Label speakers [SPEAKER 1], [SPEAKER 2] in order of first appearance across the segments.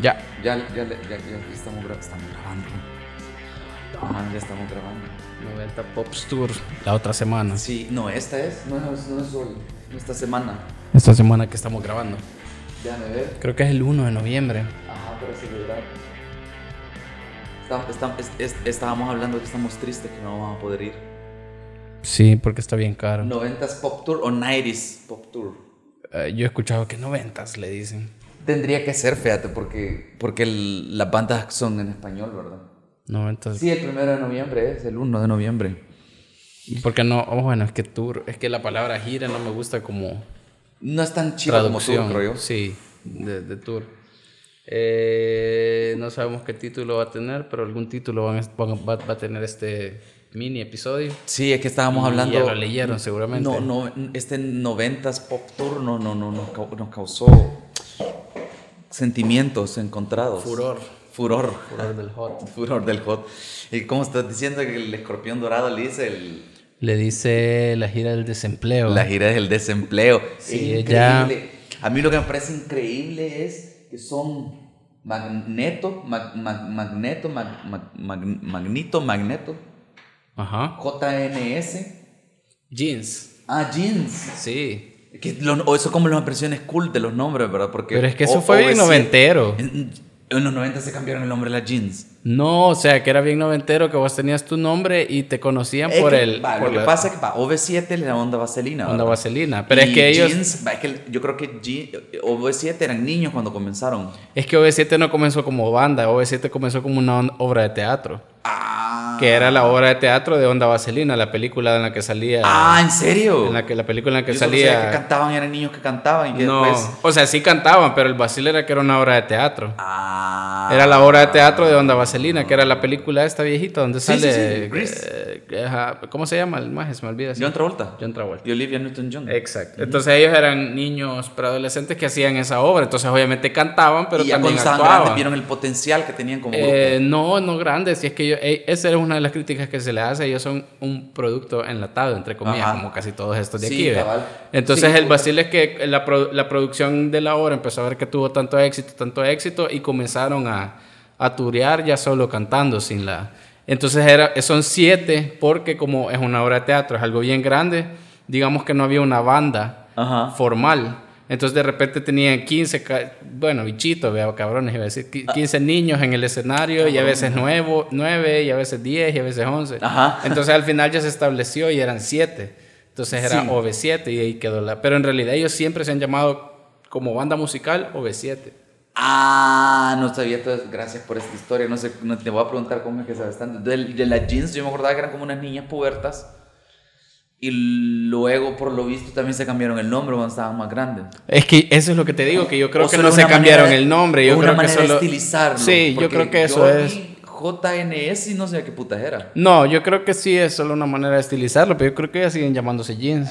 [SPEAKER 1] Ya, ya, le- ya, ya estamos, gra- estamos grabando. Ajá, ya estamos grabando.
[SPEAKER 2] 90 Pops Tour la otra semana.
[SPEAKER 1] Sí, no, esta es, no es, no es hoy, no esta semana.
[SPEAKER 2] Esta semana que estamos grabando.
[SPEAKER 1] Déjame ver.
[SPEAKER 2] Creo que es el 1 de noviembre.
[SPEAKER 1] Ajá, pero sí, ¿verdad? Está- está- es- es- estábamos hablando que estamos tristes, que no vamos a poder ir.
[SPEAKER 2] Sí, porque está bien caro.
[SPEAKER 1] 90s Pop Tour o 90s Pop Tour.
[SPEAKER 2] Eh, yo he escuchado que 90 le dicen.
[SPEAKER 1] Tendría que ser, fíjate, porque, porque el- las bandas son en español, ¿verdad?
[SPEAKER 2] 90
[SPEAKER 1] Sí, el primero de noviembre es el 1 de noviembre.
[SPEAKER 2] Porque no, oh, bueno, es que tour, es que la palabra gira no me gusta como
[SPEAKER 1] No es tan chido como tú,
[SPEAKER 2] traducción.
[SPEAKER 1] creo yo.
[SPEAKER 2] Sí, de, de tour. Eh, no sabemos qué título va a tener, pero algún título van a- van- va, va a tener este mini episodio.
[SPEAKER 1] Sí, es que estábamos
[SPEAKER 2] Y
[SPEAKER 1] hablando.
[SPEAKER 2] ya lo leyeron, seguramente.
[SPEAKER 1] No, no, este 90s Pop Tour no, no, no, no, cau- nos causó sentimientos encontrados.
[SPEAKER 2] Furor.
[SPEAKER 1] Furor.
[SPEAKER 2] Furor del hot.
[SPEAKER 1] Furor del hot. Y como estás diciendo que el escorpión dorado le dice el-
[SPEAKER 2] Le dice la gira del desempleo.
[SPEAKER 1] la gira del desempleo.
[SPEAKER 2] Sí,
[SPEAKER 1] Es
[SPEAKER 2] ella-
[SPEAKER 1] increíble. A mí lo que me parece increíble es que son Magneto, Mag- Mag- Magneto, Mag- Mag- Mag- Magnito, Magneto,
[SPEAKER 2] Ajá.
[SPEAKER 1] JNS.
[SPEAKER 2] Jeans.
[SPEAKER 1] Ah, jeans.
[SPEAKER 2] Sí.
[SPEAKER 1] Que lo- o eso como las impresiones cool de los nombres, ¿verdad? Porque
[SPEAKER 2] Pero es que eso
[SPEAKER 1] o-
[SPEAKER 2] fue bien
[SPEAKER 1] OV7
[SPEAKER 2] noventero.
[SPEAKER 1] En, en los 90 se cambiaron el nombre de las jeans.
[SPEAKER 2] No, o sea, que era bien noventero, que vos tenías tu nombre y te conocían
[SPEAKER 1] Es
[SPEAKER 2] por
[SPEAKER 1] que,
[SPEAKER 2] el.
[SPEAKER 1] va,
[SPEAKER 2] por
[SPEAKER 1] lo que
[SPEAKER 2] la
[SPEAKER 1] pasa es que va, OV7 es la onda vaselina.
[SPEAKER 2] onda
[SPEAKER 1] ¿verdad?
[SPEAKER 2] vaselina. Pero es
[SPEAKER 1] Y
[SPEAKER 2] que ellos.
[SPEAKER 1] jeans, va, es que yo creo que je- OV7 eran niños cuando comenzaron.
[SPEAKER 2] Es que OV7 no comenzó como banda, OV7 comenzó como una on- obra de teatro.
[SPEAKER 1] Ah.
[SPEAKER 2] Que era la obra de teatro de Onda Vaselina, la película en la que salía.
[SPEAKER 1] Ah, ¿en serio?
[SPEAKER 2] en la que, la película en la que
[SPEAKER 1] Yo solo sabía que
[SPEAKER 2] salía.
[SPEAKER 1] cantaban, eran niños que cantaban y que pues-
[SPEAKER 2] no,
[SPEAKER 1] después.
[SPEAKER 2] o sea, sí cantaban, pero el vacile era que era una obra de teatro.
[SPEAKER 1] Ah.
[SPEAKER 2] Era la obra de teatro de Onda Vaselina, que era la película esta viejita donde
[SPEAKER 1] Sí, sí,
[SPEAKER 2] sale.
[SPEAKER 1] sí, Grease.
[SPEAKER 2] eh, ajá, ¿Cómo se llama? El maje, se me olvida. sí.
[SPEAKER 1] John Travolta.
[SPEAKER 2] John Travolta.
[SPEAKER 1] Y Olivia Newton-John.
[SPEAKER 2] Exacto. Entonces ellos eran niños preadolescentes que hacían esa obra. Entonces obviamente cantaban, pero
[SPEAKER 1] y ya
[SPEAKER 2] también
[SPEAKER 1] cuando estaban
[SPEAKER 2] actuaban.
[SPEAKER 1] grandes vieron el potencial que tenían como grupo.
[SPEAKER 2] Eh, no, no grandes. Si es que yo- eh, esa era una de las críticas que se le hace. Ellos son un producto enlatado, entre comillas,
[SPEAKER 1] Ajá.
[SPEAKER 2] como casi todos estos de
[SPEAKER 1] Sí,
[SPEAKER 2] aquí. ¿ve?
[SPEAKER 1] cabal.
[SPEAKER 2] Entonces
[SPEAKER 1] Sí,
[SPEAKER 2] el
[SPEAKER 1] puta.
[SPEAKER 2] vacile es que la, pro- la producción de la obra empezó a ver que tuvo tanto éxito, tanto éxito, y comenzaron a, a turear ya solo cantando sin la... Entonces era, son siete porque como es una obra de teatro, es algo bien grande, digamos que no había una banda
[SPEAKER 1] Ajá.
[SPEAKER 2] formal. Entonces de repente tenían 15, ca- bueno, bichitos, vea, cabrones, iba a decir,
[SPEAKER 1] Ah.
[SPEAKER 2] qui- 15 niños en el escenario y a veces 9, 9 y a veces 10 y a veces 11.
[SPEAKER 1] Ajá.
[SPEAKER 2] Entonces al final ya se estableció y eran 7. Entonces era
[SPEAKER 1] Sí.
[SPEAKER 2] OV7 y ahí quedó la... Pero en realidad ellos siempre se han llamado como banda musical OV7.
[SPEAKER 1] Ah, no sabía todo eso. Gracias por esta historia. No sé, no, te voy a preguntar cómo es que sabes tanto. De, de las jeans, yo me acordaba que eran como unas niñas pubertas. Y luego, por lo visto, también se cambiaron el nombre cuando estaban más grandes.
[SPEAKER 2] Es que eso es lo que te digo, que yo creo
[SPEAKER 1] O
[SPEAKER 2] que
[SPEAKER 1] solo
[SPEAKER 2] no se
[SPEAKER 1] una
[SPEAKER 2] cambiaron
[SPEAKER 1] manera de-
[SPEAKER 2] el nombre. Yo
[SPEAKER 1] o
[SPEAKER 2] creo
[SPEAKER 1] una manera
[SPEAKER 2] que solo...
[SPEAKER 1] de estilizarlo.
[SPEAKER 2] Sí, yo
[SPEAKER 1] porque
[SPEAKER 2] creo que eso
[SPEAKER 1] yo
[SPEAKER 2] es...
[SPEAKER 1] vi JNS y no sé qué putas era.
[SPEAKER 2] No, yo creo que sí es solo una manera de estilizarlo, pero yo creo que ya siguen llamándose jeans.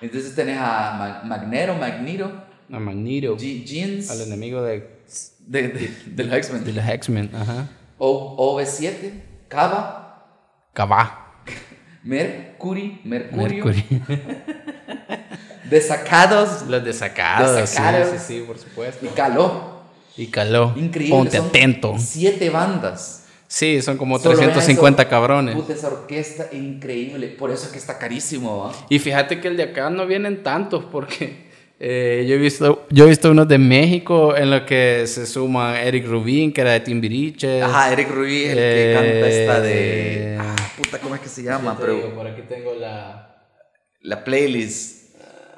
[SPEAKER 1] Entonces tenés a Ma- Magnero, Magniro,
[SPEAKER 2] A Magneto.
[SPEAKER 1] G- Jeans,
[SPEAKER 2] Al enemigo de,
[SPEAKER 1] de, de, de los
[SPEAKER 2] de
[SPEAKER 1] X-Men,
[SPEAKER 2] los X-Men. Ajá.
[SPEAKER 1] O- OV7, Cava,
[SPEAKER 2] Cabá.
[SPEAKER 1] Mercury, Mercurio,
[SPEAKER 2] Mercury.
[SPEAKER 1] Desacados
[SPEAKER 2] Los desacados.
[SPEAKER 1] Desacados.
[SPEAKER 2] Sí, sí, sí, por
[SPEAKER 1] y
[SPEAKER 2] supuesto.
[SPEAKER 1] Caló.
[SPEAKER 2] Y caló.
[SPEAKER 1] Increíble.
[SPEAKER 2] Ponte
[SPEAKER 1] son
[SPEAKER 2] atento.
[SPEAKER 1] Siete bandas.
[SPEAKER 2] Sí, son como
[SPEAKER 1] Solo vean
[SPEAKER 2] 350
[SPEAKER 1] eso.
[SPEAKER 2] cabrones.
[SPEAKER 1] Puta, esa orquesta increíble. Por eso es que está carísimo, ¿ah? ¿va?
[SPEAKER 2] Y fíjate que el de acá no vienen tantos porque eh, yo, he visto, yo he visto unos de México en los que se suma Eric Rubin, que era de Timbiriche.
[SPEAKER 1] Ajá, Eric Ruiz, el que
[SPEAKER 2] eh,
[SPEAKER 1] canta esta de. Ah, puta, ¿cómo es que se llama?
[SPEAKER 2] Yo te
[SPEAKER 1] Pero
[SPEAKER 2] digo, por aquí tengo la...
[SPEAKER 1] la playlist.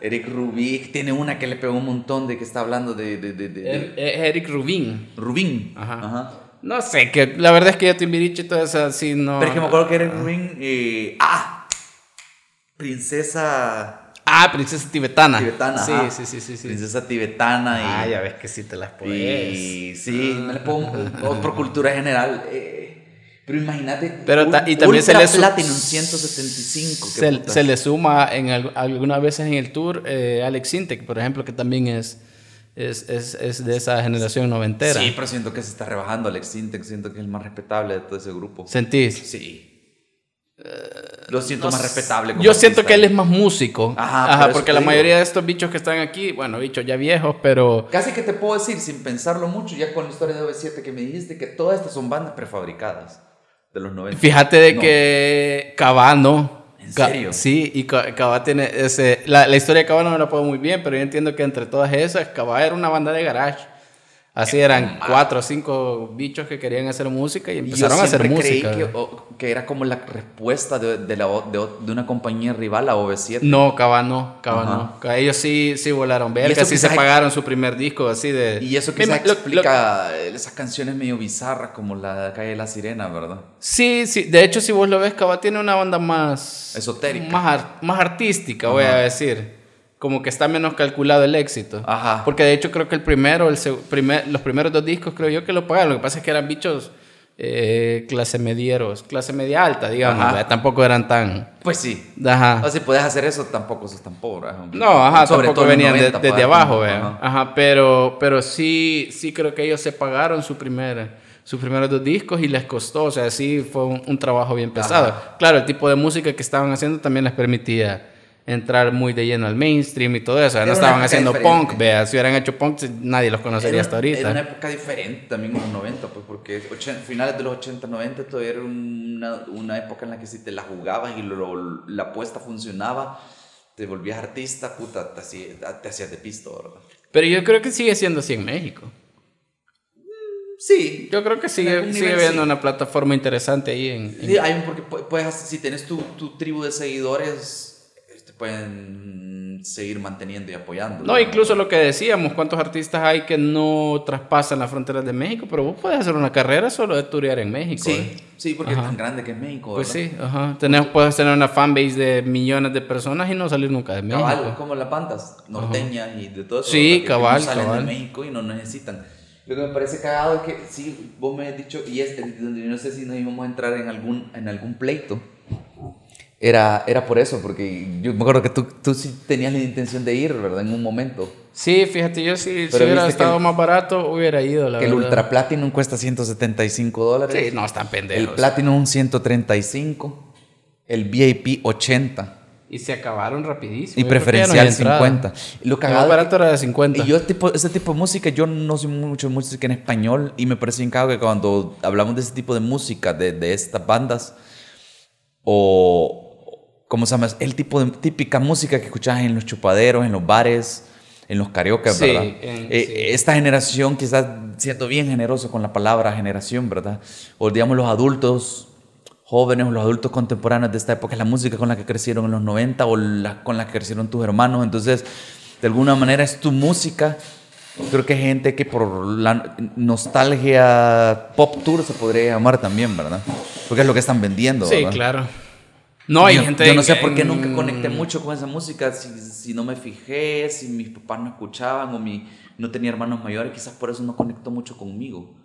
[SPEAKER 1] Eric Rubí tiene una que le pegó un montón de que está hablando de. de, de, de- de-
[SPEAKER 2] Er- es Eric Rubin.
[SPEAKER 1] Rubín.
[SPEAKER 2] Ajá. Ah, No sé, que la verdad es que yo Timbiriche y todo eso así no...
[SPEAKER 1] Pero es que me acuerdo que Eric Rubín. eh, ¡Ah! Princesa
[SPEAKER 2] Ah, princesa tibetana.
[SPEAKER 1] tibetana.
[SPEAKER 2] Sí,
[SPEAKER 1] ajá.
[SPEAKER 2] sí, sí, sí, sí.
[SPEAKER 1] Princesa tibetana y.
[SPEAKER 2] Ah, ya ves que sí te las
[SPEAKER 1] Pues.
[SPEAKER 2] puedes.
[SPEAKER 1] Y sí, me la pongo o por cultura general. eh, pero imagínate.
[SPEAKER 2] Pero ta-
[SPEAKER 1] un
[SPEAKER 2] y también se
[SPEAKER 1] Ultra
[SPEAKER 2] le su-
[SPEAKER 1] Platinum 175. qué
[SPEAKER 2] Se,
[SPEAKER 1] puta.
[SPEAKER 2] se le suma en al- algunas veces en el tour eh, Alex Sintek, por ejemplo, que también es, es, es, es de esa generación noventera.
[SPEAKER 1] Sí, pero siento que se está rebajando Alex Sintek. Siento que es el más respetable de todo ese grupo.
[SPEAKER 2] ¿Sentís?
[SPEAKER 1] Sí. Lo siento
[SPEAKER 2] Eh, no
[SPEAKER 1] más
[SPEAKER 2] sé.
[SPEAKER 1] respetable. como
[SPEAKER 2] Yo siento
[SPEAKER 1] artista.
[SPEAKER 2] que él es más músico.
[SPEAKER 1] Ajá,
[SPEAKER 2] Ajá,
[SPEAKER 1] por eso
[SPEAKER 2] porque
[SPEAKER 1] te
[SPEAKER 2] la
[SPEAKER 1] digo.
[SPEAKER 2] mayoría de estos bichos que están aquí, bueno, bichos ya viejos, pero
[SPEAKER 1] Casi que te puedo decir, sin pensarlo mucho, ya con la historia de OV7 que me dijiste, que todas estas son bandas prefabricadas de los 90.
[SPEAKER 2] fíjate de
[SPEAKER 1] No.
[SPEAKER 2] que Cabano.
[SPEAKER 1] ¿En
[SPEAKER 2] Ca-
[SPEAKER 1] serio?
[SPEAKER 2] Sí, y Ca- Cabá tiene ese. La, la historia de Cabá no me la puedo muy bien, pero yo entiendo que entre todas esas, Cabá era una banda de garage. Así eran cuatro o cinco bichos que querían hacer música y
[SPEAKER 1] Y yo
[SPEAKER 2] empezaron a hacer
[SPEAKER 1] siempre
[SPEAKER 2] música.
[SPEAKER 1] creí que, o- que era como la respuesta de, de la, o- de, o- de una compañía rival a OV7.
[SPEAKER 2] No, Cava no, Cava
[SPEAKER 1] Ajá.
[SPEAKER 2] no. Ca- Ellos sí, sí volaron verga,
[SPEAKER 1] eso
[SPEAKER 2] sí se
[SPEAKER 1] quizás-
[SPEAKER 2] pagaron su primer disco así de...
[SPEAKER 1] Y eso
[SPEAKER 2] Me
[SPEAKER 1] quizás
[SPEAKER 2] ima- lo- lo-
[SPEAKER 1] explica esas canciones medio bizarras como la calle de la sirena, ¿verdad?
[SPEAKER 2] Sí, sí, de hecho si vos lo ves, Cava tiene una banda más...
[SPEAKER 1] Esotérica.
[SPEAKER 2] Más, ar- más artística, voy a
[SPEAKER 1] Ajá.
[SPEAKER 2] decir. Como que está menos calculado el éxito.
[SPEAKER 1] Ajá.
[SPEAKER 2] Porque de hecho creo que el primero, el seg- primer- los primeros dos discos creo yo que lo pagaron. Lo que pasa es que eran bichos eh, clase medieros, clase media alta, digamos.
[SPEAKER 1] Ajá.
[SPEAKER 2] ¿verdad? Tampoco eran tan...
[SPEAKER 1] Pues sí.
[SPEAKER 2] Ajá.
[SPEAKER 1] O si puedes hacer eso, tampoco sos tan pobre. hombre.
[SPEAKER 2] Ah. No, ajá,
[SPEAKER 1] Sobre
[SPEAKER 2] tampoco
[SPEAKER 1] todo en los
[SPEAKER 2] venían de-
[SPEAKER 1] 90,
[SPEAKER 2] desde
[SPEAKER 1] pues,
[SPEAKER 2] abajo,
[SPEAKER 1] ajá.
[SPEAKER 2] vea. Ajá, pero, pero sí, sí creo que ellos se pagaron su primera, sus primeros dos discos y les costó, o sea, sí fue un, un trabajo bien pesado. Claro, el tipo de música que estaban haciendo también les permitía entrar muy de lleno al mainstream y todo eso.
[SPEAKER 1] Era
[SPEAKER 2] no
[SPEAKER 1] una
[SPEAKER 2] estaban
[SPEAKER 1] época
[SPEAKER 2] haciendo
[SPEAKER 1] diferente.
[SPEAKER 2] punk, vea. Si hubieran hecho punk, nadie los conocería
[SPEAKER 1] Era-
[SPEAKER 2] hasta
[SPEAKER 1] Era una
[SPEAKER 2] ahorita.
[SPEAKER 1] época diferente también en los 90, pues porque ochen- finales de los 80, 90 todavía era una, una época en la que si te la jugabas y lo- la apuesta funcionaba, te volvías artista, puta, te hacías, te hacías de pisto, ¿verdad?
[SPEAKER 2] Pero yo creo que sigue siendo así en México.
[SPEAKER 1] Sí,
[SPEAKER 2] Yo creo que sigue,
[SPEAKER 1] algún
[SPEAKER 2] sigue
[SPEAKER 1] nivel,
[SPEAKER 2] viendo
[SPEAKER 1] sí.
[SPEAKER 2] una plataforma interesante ahí en... en-
[SPEAKER 1] Sí, hay un porque pu- puedes, hacer- si tienes tu, tu tribu de seguidores, eh, te pueden seguir manteniendo y apoyando.
[SPEAKER 2] No, incluso lo que decíamos, cuántos artistas hay que no traspasan las fronteras de México, pero vos puedes hacer una carrera solo de turear en México.
[SPEAKER 1] Sí,
[SPEAKER 2] ¿eh?
[SPEAKER 1] sí, porque
[SPEAKER 2] Ajá.
[SPEAKER 1] es tan grande que es México.
[SPEAKER 2] Pues
[SPEAKER 1] ¿verdad?
[SPEAKER 2] sí, ajá. Tenés- puedes tener una fanbase de millones de personas y no salir nunca de México.
[SPEAKER 1] Cabal, como las bandas norteñas y de todo eso.
[SPEAKER 2] Sí,
[SPEAKER 1] ¿verdad? Que
[SPEAKER 2] cabal,
[SPEAKER 1] no salen
[SPEAKER 2] cabal.
[SPEAKER 1] de México y no necesitan. Lo que me parece cagado es que sí, vos me has dicho, y es eh, donde yo no sé si nos íbamos a entrar en algún, en algún pleito. Era, era por eso, porque yo me acuerdo que tú, tú sí tenías la intención de ir, ¿verdad? En un momento.
[SPEAKER 2] Sí, fíjate, yo si, si
[SPEAKER 1] Pero
[SPEAKER 2] hubiera
[SPEAKER 1] viste que
[SPEAKER 2] estado
[SPEAKER 1] el-
[SPEAKER 2] más barato, hubiera ido, la
[SPEAKER 1] que el
[SPEAKER 2] verdad.
[SPEAKER 1] Ultra Platinum cuesta 175 dólares.
[SPEAKER 2] Sí, no, están
[SPEAKER 1] El
[SPEAKER 2] pendejos.
[SPEAKER 1] Platinum 135. El VIP 80.
[SPEAKER 2] Y se acabaron rapidísimo.
[SPEAKER 1] Y
[SPEAKER 2] Yo creo que ya no
[SPEAKER 1] preferencial
[SPEAKER 2] hay entrada.
[SPEAKER 1] 50. Lo
[SPEAKER 2] El más
[SPEAKER 1] cagado es que-
[SPEAKER 2] barato era de 50.
[SPEAKER 1] Y yo este tipo, ese tipo de música, yo no soy mucho de música en español y me parece bien cagado que cuando hablamos de ese tipo de música, de, de estas bandas, o ¿cómo se llama? El tipo de típica música que escuchas en los chupaderos, en los bares, en los karaoke,
[SPEAKER 2] Sí,
[SPEAKER 1] ¿verdad?
[SPEAKER 2] en-
[SPEAKER 1] Eh,
[SPEAKER 2] sí.
[SPEAKER 1] Esta generación, quizás siendo bien generoso con la palabra generación, ¿verdad? O digamos los adultos jóvenes o los adultos contemporáneos de esta época es la música con la que crecieron en los 90 o la, con la que crecieron tus hermanos. Entonces, de alguna manera es tu música. Creo que hay gente que por la nostalgia pop tour se podría llamar también, ¿verdad? Porque es lo que están vendiendo.
[SPEAKER 2] sí,
[SPEAKER 1] ¿verdad?
[SPEAKER 2] claro. No, hay
[SPEAKER 1] yo,
[SPEAKER 2] gente...
[SPEAKER 1] yo no
[SPEAKER 2] en-
[SPEAKER 1] sé por qué nunca
[SPEAKER 2] en-
[SPEAKER 1] conecté mucho con esa música, si, si no me fijé, si mis papás no escuchaban o mi, no tenía hermanos mayores, quizás por eso no conectó mucho conmigo.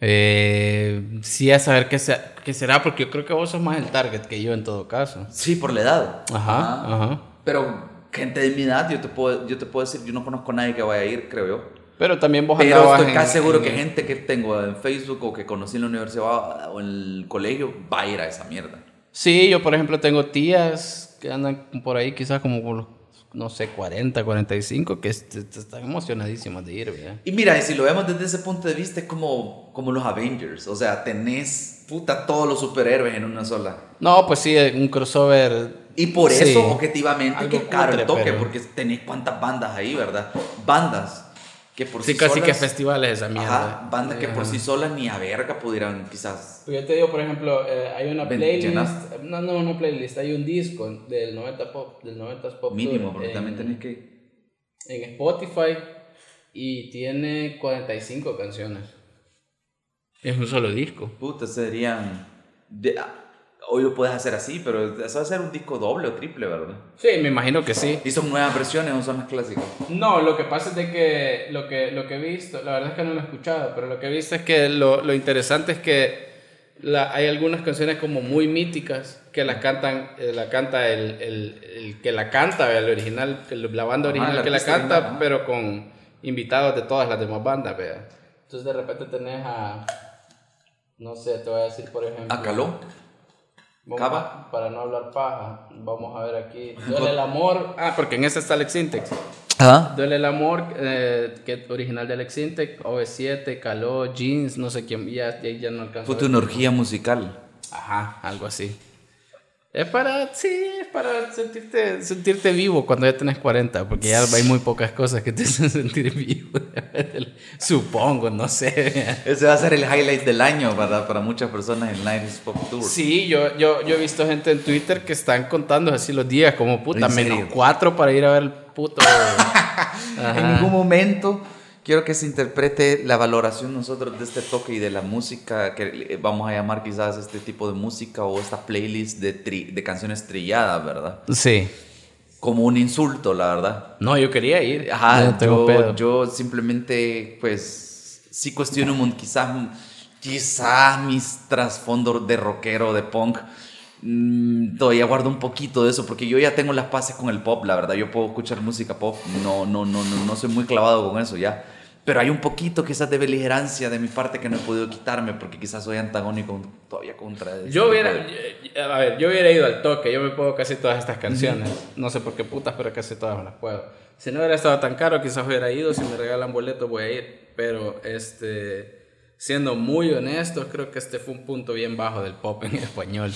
[SPEAKER 2] Eh, sí, a saber qué, sea- qué será, porque yo creo que vos sos más el target que yo en todo caso.
[SPEAKER 1] Sí, por la edad.
[SPEAKER 2] Ajá, ajá.
[SPEAKER 1] Pero gente de mi edad, yo te puedo, yo te puedo decir, yo no conozco a nadie que vaya a ir, creo yo.
[SPEAKER 2] Pero también vos
[SPEAKER 1] Pero
[SPEAKER 2] andabas
[SPEAKER 1] estoy casi
[SPEAKER 2] en-
[SPEAKER 1] seguro
[SPEAKER 2] en-
[SPEAKER 1] que gente que tengo en Facebook o que conocí en la universidad o en el colegio va a ir a esa mierda.
[SPEAKER 2] Sí, yo por ejemplo tengo tías que andan por ahí quizás como por los, no sé, 40, 45, que est- est- están emocionadísimas de ir, ¿verdad?
[SPEAKER 1] Y mira, y si lo vemos desde ese punto de vista, es como, como los Avengers. O sea, tenés puta todos los superhéroes en una sola.
[SPEAKER 2] No, pues sí, un crossover.
[SPEAKER 1] Y por
[SPEAKER 2] Sí.
[SPEAKER 1] eso, objetivamente,
[SPEAKER 2] Algo
[SPEAKER 1] que es caro
[SPEAKER 2] cutre,
[SPEAKER 1] el toque,
[SPEAKER 2] pero-
[SPEAKER 1] porque tenés cuántas bandas ahí, ¿verdad? Bandas que por sí,
[SPEAKER 2] Sí, casi que
[SPEAKER 1] solas.
[SPEAKER 2] festivales esa mierda.
[SPEAKER 1] Ajá, bandas que por sí solas ni a verga pudieran, quizás.
[SPEAKER 2] Pues yo te digo, por ejemplo, eh, hay una
[SPEAKER 1] Ven,
[SPEAKER 2] playlist,
[SPEAKER 1] llenaste.
[SPEAKER 2] no, no, no playlist, hay un disco del 90 pop, del 90 pop. eh,
[SPEAKER 1] Mínimo,
[SPEAKER 2] Tour
[SPEAKER 1] porque
[SPEAKER 2] en-
[SPEAKER 1] también tenés que.
[SPEAKER 2] en Spotify y tiene 45 canciones. Es un solo disco.
[SPEAKER 1] Puta, serían. de- ah, hoy lo puedes hacer así, pero eso va a ser un disco doble o triple, ¿verdad?
[SPEAKER 2] Sí, me imagino que sí.
[SPEAKER 1] Y son nuevas versiones, no son las clásicas.
[SPEAKER 2] No, lo que pasa es de que lo que, lo que he visto, la verdad es que no lo he escuchado, pero lo que he visto es que lo, lo interesante es que la- hay algunas canciones como muy míticas que las cantan, eh, la canta el, el- el que la canta, el original, el- la banda
[SPEAKER 1] Ajá,
[SPEAKER 2] original
[SPEAKER 1] el
[SPEAKER 2] que la
[SPEAKER 1] artista
[SPEAKER 2] canta,
[SPEAKER 1] original, ajá.
[SPEAKER 2] pero con invitados de todas las demás bandas, vea. Entonces de repente tenés a, no sé, te voy a decir por ejemplo.
[SPEAKER 1] A Caló.
[SPEAKER 2] Vamos-
[SPEAKER 1] Cava.
[SPEAKER 2] Para no hablar paja, vamos a ver aquí. Duele el amor. Ah, porque en esta está Alex Syntex.
[SPEAKER 1] Ajá.
[SPEAKER 2] Duele el amor, eh, que es original de Alex Syntex, OV7, Caló, Jeans, no sé quién, ya, ya, ya no alcanzo. a
[SPEAKER 1] Puta
[SPEAKER 2] ver.
[SPEAKER 1] una orgía musical.
[SPEAKER 2] Ajá, algo así. Es para, sí, es para sentirte, sentirte vivo cuando ya tenés 40, porque ya hay muy pocas cosas que te hacen sentir vivo. Supongo, no sé.
[SPEAKER 1] Ese va a ser el highlight del año, ¿verdad? Para muchas personas el Night Pop Tour.
[SPEAKER 2] Sí, yo, yo, yo he visto gente en Twitter que están contando así los días, como puta,
[SPEAKER 1] ¿En
[SPEAKER 2] menos
[SPEAKER 1] serio?
[SPEAKER 2] cuatro para ir a ver el puto.
[SPEAKER 1] En
[SPEAKER 2] Ajá.
[SPEAKER 1] ningún momento quiero que se interprete la valoración nosotros de este toque y de la música que le- vamos a llamar quizás este tipo de música o esta playlist de, tri- de canciones trilladas, ¿verdad?
[SPEAKER 2] Sí.
[SPEAKER 1] Como un insulto, la verdad.
[SPEAKER 2] No, yo quería ir.
[SPEAKER 1] Ajá,
[SPEAKER 2] Yo no tengo
[SPEAKER 1] yo,
[SPEAKER 2] pedo.
[SPEAKER 1] yo simplemente, pues, sí cuestiono un- quizás, quizás mis trasfondos de rockero, de punk. mm, todavía guardo un poquito de eso porque yo ya tengo las paces con el pop, la verdad. Yo puedo escuchar música pop, no, no, no, no, no soy muy clavado con eso ya. Pero hay un poquito quizás de beligerancia de mi parte que no he podido quitarme porque quizás soy antagónico todavía contra ese
[SPEAKER 2] Yo
[SPEAKER 1] tipo
[SPEAKER 2] hubiera,
[SPEAKER 1] de-
[SPEAKER 2] a ver, yo hubiera ido al toque, yo me puedo casi todas estas canciones, no sé por qué putas, pero casi todas me las puedo. Si no hubiera estado tan caro, quizás hubiera ido, si me regalan boletos voy a ir, pero este, siendo muy honesto, creo que este fue un punto bien bajo del pop en español.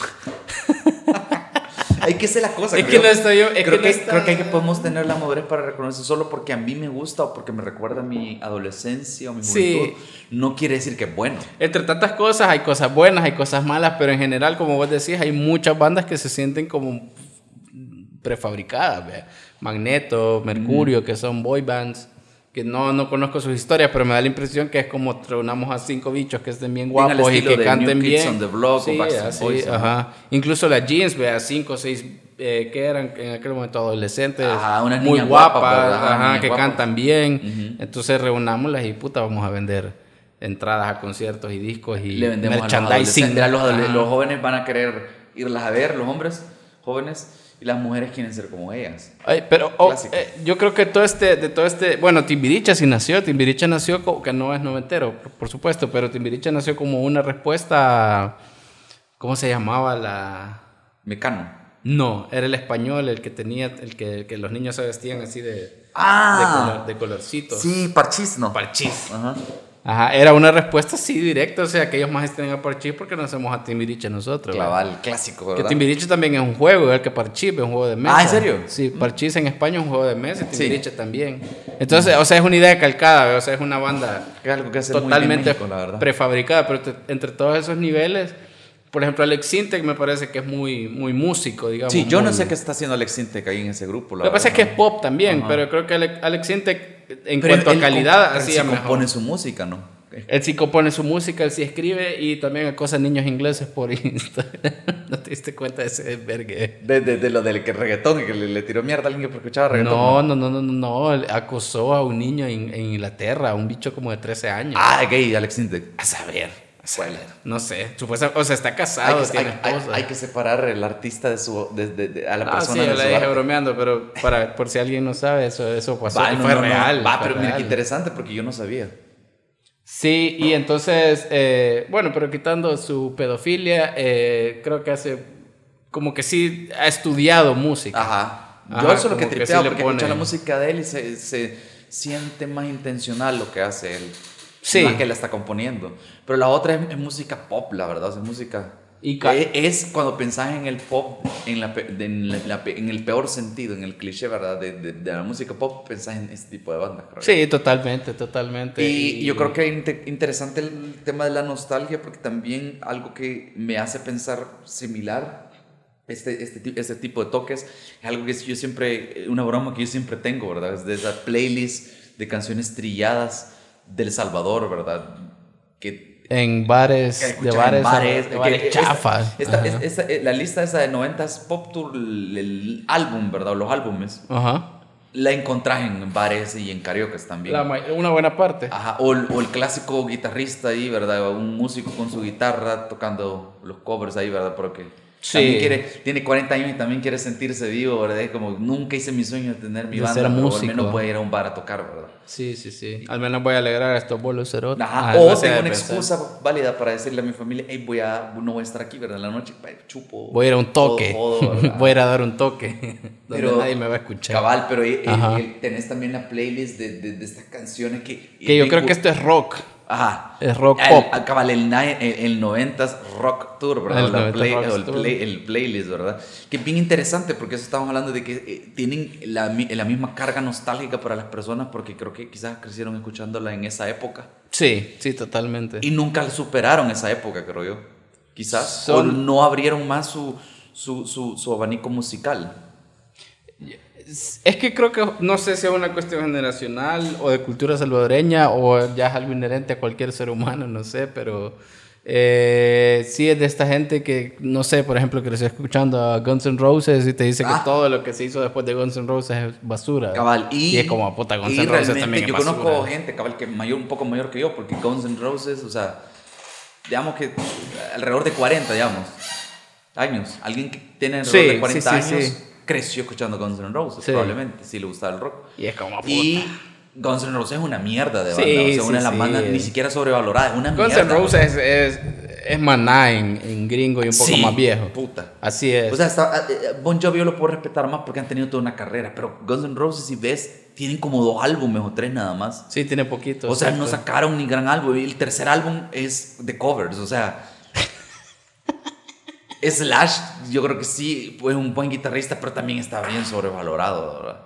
[SPEAKER 1] Hay que ser la cosa.
[SPEAKER 2] Es que
[SPEAKER 1] creo.
[SPEAKER 2] no estoy yo- es que
[SPEAKER 1] creo,
[SPEAKER 2] no
[SPEAKER 1] que,
[SPEAKER 2] está-
[SPEAKER 1] creo que hay que podemos tener la madurez para reconocer solo porque a mí me gusta o porque me recuerda a mi adolescencia o mi
[SPEAKER 2] Sí.
[SPEAKER 1] juventud. No quiere decir que es bueno.
[SPEAKER 2] Entre tantas cosas, hay cosas buenas, hay cosas malas, pero en general, como vos decís, hay muchas bandas que se sienten como prefabricadas. vea. Magneto, Mercurio,
[SPEAKER 1] Mm.
[SPEAKER 2] que son boy bands, que no, no conozco sus historias, pero me da la impresión que es como reunamos a cinco bichos que estén bien
[SPEAKER 1] Bien al
[SPEAKER 2] guapos y
[SPEAKER 1] estilo
[SPEAKER 2] que
[SPEAKER 1] de
[SPEAKER 2] canten
[SPEAKER 1] New Kids
[SPEAKER 2] bien.
[SPEAKER 1] on the Block o
[SPEAKER 2] Sí,
[SPEAKER 1] Backstreet
[SPEAKER 2] así,
[SPEAKER 1] Boys, ¿no?
[SPEAKER 2] ajá. Incluso las jeans, vea, cinco o seis eh, que eran en aquel momento adolescentes,
[SPEAKER 1] Ajá, unas
[SPEAKER 2] muy
[SPEAKER 1] niñas
[SPEAKER 2] guapas,
[SPEAKER 1] guapas, ¿verdad?
[SPEAKER 2] ajá,
[SPEAKER 1] Niñas
[SPEAKER 2] que
[SPEAKER 1] guapas.
[SPEAKER 2] cantan también. Entonces reunámoslas y puta, vamos a vender entradas a conciertos y discos y
[SPEAKER 1] Le vendemos a los adolescentes.
[SPEAKER 2] merchandising.
[SPEAKER 1] Mira, los, adole-
[SPEAKER 2] Ajá.
[SPEAKER 1] los jóvenes van a querer irlas a ver, los hombres jóvenes, y las mujeres quieren ser como ellas.
[SPEAKER 2] Ay, pero oh,
[SPEAKER 1] Clásico.
[SPEAKER 2] eh, yo creo que todo este, de todo este, bueno, Timbiricha sí nació, Timbiricha nació como que no es noventero, por, por supuesto, pero Timbiricha nació como una respuesta, a- ¿cómo se llamaba la?
[SPEAKER 1] Mecano.
[SPEAKER 2] No, era el español el que tenía, el que, el que los niños se vestían así de, de, color-
[SPEAKER 1] Ah,
[SPEAKER 2] de colorcitos.
[SPEAKER 1] sí, parchís, no.
[SPEAKER 2] Parchís.
[SPEAKER 1] Ajá.
[SPEAKER 2] Ajá, era una respuesta así directa, o sea, que ellos más estén a Parchís porque no hacemos a Timbiriche nosotros. ¿verdad?
[SPEAKER 1] Claval, clásico,
[SPEAKER 2] Que
[SPEAKER 1] ¿verdad?
[SPEAKER 2] Timbiriche también es un juego, igual que Parchís es un juego de mesa.
[SPEAKER 1] Ah, ¿en serio?
[SPEAKER 2] Sí, Parchís en España es un juego de mesa y Timbiriche también. Entonces, o sea, es una idea calcada, ¿ve? o sea, es una banda
[SPEAKER 1] Que es algo que hace muy bien
[SPEAKER 2] totalmente
[SPEAKER 1] México, la verdad.
[SPEAKER 2] prefabricada, pero te- entre todos esos niveles, por ejemplo, Alex Sintek me parece que es muy, muy músico, digamos.
[SPEAKER 1] Sí, yo no
[SPEAKER 2] muy-
[SPEAKER 1] sé qué está haciendo Alex Sintek ahí en ese grupo. la
[SPEAKER 2] Lo que pasa es
[SPEAKER 1] verdad.
[SPEAKER 2] que es pop también,
[SPEAKER 1] Ajá.
[SPEAKER 2] pero creo que Ale- Alex Sintek, en
[SPEAKER 1] Pero
[SPEAKER 2] cuanto a
[SPEAKER 1] él comp-
[SPEAKER 2] calidad,
[SPEAKER 1] pero él
[SPEAKER 2] hacía
[SPEAKER 1] sí
[SPEAKER 2] mejor.
[SPEAKER 1] compone su música, ¿no?
[SPEAKER 2] Él sí compone su música, él sí escribe y también acosa niños ingleses por Instagram. ¿No te diste cuenta de ese desvergue?
[SPEAKER 1] De, de- de lo del que reggaetón, que le, le tiró mierda a alguien que escuchaba reggaetón.
[SPEAKER 2] No, no, no, no, no, no. él Acosó a un niño en, en Inglaterra, a un bicho como de 13 años.
[SPEAKER 1] Ah, gay, Alex Sintek.
[SPEAKER 2] A saber. a saber.
[SPEAKER 1] Bueno.
[SPEAKER 2] No sé. Supuesta, o sea, está
[SPEAKER 1] Hay
[SPEAKER 2] casado,
[SPEAKER 1] que,
[SPEAKER 2] tiene
[SPEAKER 1] hay- hay-
[SPEAKER 2] esposa.
[SPEAKER 1] hay que separar el artista de su. de- de- de- a la
[SPEAKER 2] Ah, sí,
[SPEAKER 1] persona
[SPEAKER 2] yo
[SPEAKER 1] de su
[SPEAKER 2] la dije
[SPEAKER 1] arte.
[SPEAKER 2] bromeando, pero para, por si alguien no sabe, eso, eso pasó.
[SPEAKER 1] Va,
[SPEAKER 2] y
[SPEAKER 1] no,
[SPEAKER 2] fue
[SPEAKER 1] no, no.
[SPEAKER 2] real.
[SPEAKER 1] Va,
[SPEAKER 2] fue
[SPEAKER 1] pero mira, qué
[SPEAKER 2] real.
[SPEAKER 1] interesante porque yo no sabía.
[SPEAKER 2] Sí, y entonces, eh, bueno, pero quitando su pedofilia, eh, creo que hace, como que sí ha estudiado música.
[SPEAKER 1] Ajá. Yo
[SPEAKER 2] Ajá,
[SPEAKER 1] eso es lo que
[SPEAKER 2] como que
[SPEAKER 1] tripeaba
[SPEAKER 2] sí le
[SPEAKER 1] porque
[SPEAKER 2] pone-
[SPEAKER 1] escuchar la música de él y se, se siente más intencional lo que hace él.
[SPEAKER 2] Sí.
[SPEAKER 1] Más que la está componiendo. Pero la otra es, es música pop, la verdad. o sea, es música.
[SPEAKER 2] Y ca-
[SPEAKER 1] E- es, cuando pensás en el pop, en, la pe- de- en, la- la pe- en el peor sentido, en el cliché, ¿verdad? De, de- de la música pop, pensás en este tipo de bandas, creo.
[SPEAKER 2] Sí, totalmente, totalmente.
[SPEAKER 1] Y, yo creo que es inte- interesante el tema de la nostalgia porque también algo que me hace pensar similar, este, este, ti- este tipo de toques, es algo que yo siempre, una broma que yo siempre tengo, ¿verdad? Es de esa playlist de canciones trilladas del Salvador, ¿verdad? Que
[SPEAKER 2] En bares,
[SPEAKER 1] que
[SPEAKER 2] de
[SPEAKER 1] escuchan
[SPEAKER 2] bares,
[SPEAKER 1] en bares,
[SPEAKER 2] de
[SPEAKER 1] que-
[SPEAKER 2] bares
[SPEAKER 1] que-
[SPEAKER 2] chafas.
[SPEAKER 1] esta-
[SPEAKER 2] Ajá.
[SPEAKER 1] esta- esta- eh, la lista esa de 90s Pop Tour, el, el álbum, ¿verdad? O Los álbumes,
[SPEAKER 2] Ajá.
[SPEAKER 1] la encontrás en bares y en karaokes también.
[SPEAKER 2] La ma- una buena parte.
[SPEAKER 1] Ajá, o, el, o el clásico guitarrista ahí, ¿verdad? Un músico con su guitarra tocando los covers ahí, ¿verdad? Porque Sí. También quiere, tiene 40 años y también quiere sentirse vivo, ¿verdad? Es Como nunca hice mi sueño de tener mi
[SPEAKER 2] De
[SPEAKER 1] banda,
[SPEAKER 2] ser
[SPEAKER 1] pero al
[SPEAKER 2] músico.
[SPEAKER 1] menos puede ir a un bar a tocar, ¿verdad?
[SPEAKER 2] Sí, sí, sí. Al menos voy a alegrar a estos bolos cerotes.
[SPEAKER 1] Ajá,
[SPEAKER 2] Ah, no
[SPEAKER 1] o
[SPEAKER 2] sé
[SPEAKER 1] tengo
[SPEAKER 2] de
[SPEAKER 1] una
[SPEAKER 2] pensar.
[SPEAKER 1] excusa válida para decirle a mi familia, hey, voy a, no voy a estar aquí, ¿verdad? En la noche, pa, chupo.
[SPEAKER 2] Voy a ir a un toque.
[SPEAKER 1] jodo, jodo, ¿verdad?
[SPEAKER 2] voy a ir a dar un toque. Donde
[SPEAKER 1] Pero-
[SPEAKER 2] nadie me va a escuchar.
[SPEAKER 1] Cabal, pero eh, eh,
[SPEAKER 2] Ajá.
[SPEAKER 1] eh, tenés también la playlist de, de- de estas canciones que...
[SPEAKER 2] Que yo
[SPEAKER 1] eh,
[SPEAKER 2] creo
[SPEAKER 1] cu-
[SPEAKER 2] que esto es rock.
[SPEAKER 1] Ajá.
[SPEAKER 2] es rock
[SPEAKER 1] El-
[SPEAKER 2] pop.
[SPEAKER 1] ah, Cabal, el, ni- el, el 90s Rock Tour, ¿verdad?
[SPEAKER 2] El
[SPEAKER 1] La
[SPEAKER 2] 90s
[SPEAKER 1] play-
[SPEAKER 2] rock
[SPEAKER 1] o el,
[SPEAKER 2] tour.
[SPEAKER 1] play- el playlist, ¿verdad? Que es bien interesante porque eso estamos hablando de que eh, tienen la, mi- la misma carga nostálgica para las personas porque creo que quizás crecieron escuchándola en esa época
[SPEAKER 2] Sí, sí, totalmente.
[SPEAKER 1] y nunca superaron esa época, creo yo. Quizás o
[SPEAKER 2] Son-
[SPEAKER 1] no abrieron más su, su, su, su abanico musical.
[SPEAKER 2] Es que creo que no sé si es una cuestión generacional o de cultura salvadoreña o ya es algo inherente a cualquier ser humano, no sé, pero eh, sí es de esta gente que, no sé, por ejemplo, que les está escuchando a Guns N' Roses y te dice
[SPEAKER 1] Ah.
[SPEAKER 2] que todo lo que se hizo después de Guns N' Roses es basura.
[SPEAKER 1] Cabal, y,
[SPEAKER 2] es como, puta, Guns
[SPEAKER 1] y
[SPEAKER 2] N' Roses
[SPEAKER 1] realmente
[SPEAKER 2] también es
[SPEAKER 1] Yo conozco
[SPEAKER 2] basura.
[SPEAKER 1] gente, cabal, que mayor, un poco mayor que yo, porque Guns N' Roses, o sea, digamos que alrededor de 40, digamos, años. Alguien que tiene alrededor
[SPEAKER 2] Sí,
[SPEAKER 1] de 40
[SPEAKER 2] sí, sí,
[SPEAKER 1] años
[SPEAKER 2] sí.
[SPEAKER 1] creció escuchando Guns N' Roses,
[SPEAKER 2] Sí.
[SPEAKER 1] probablemente, si le gustaba el rock.
[SPEAKER 2] Y es como, puta.
[SPEAKER 1] Y Guns N' Roses es una mierda de
[SPEAKER 2] Sí,
[SPEAKER 1] banda, o sea,
[SPEAKER 2] sí,
[SPEAKER 1] una de las
[SPEAKER 2] sí.
[SPEAKER 1] bandas ni siquiera sobrevalorada, es una
[SPEAKER 2] Guns N'
[SPEAKER 1] mierda.
[SPEAKER 2] Roses es, es, es maná en, en gringo y un poco
[SPEAKER 1] Sí,
[SPEAKER 2] más viejo.
[SPEAKER 1] Puta.
[SPEAKER 2] Así es.
[SPEAKER 1] O sea, está- eh, eh, Bon Jovi yo lo puedo respetar más porque han tenido toda una carrera, pero Guns N' Roses, si ves, tienen como dos álbumes o tres nada más.
[SPEAKER 2] sí, tiene poquito.
[SPEAKER 1] O sea,
[SPEAKER 2] exacto.
[SPEAKER 1] no sacaron ni gran álbum. Y el tercer álbum es de covers, o sea. Slash, yo creo que sí, fue un buen guitarrista, pero también está bien sobrevalorado, ¿verdad?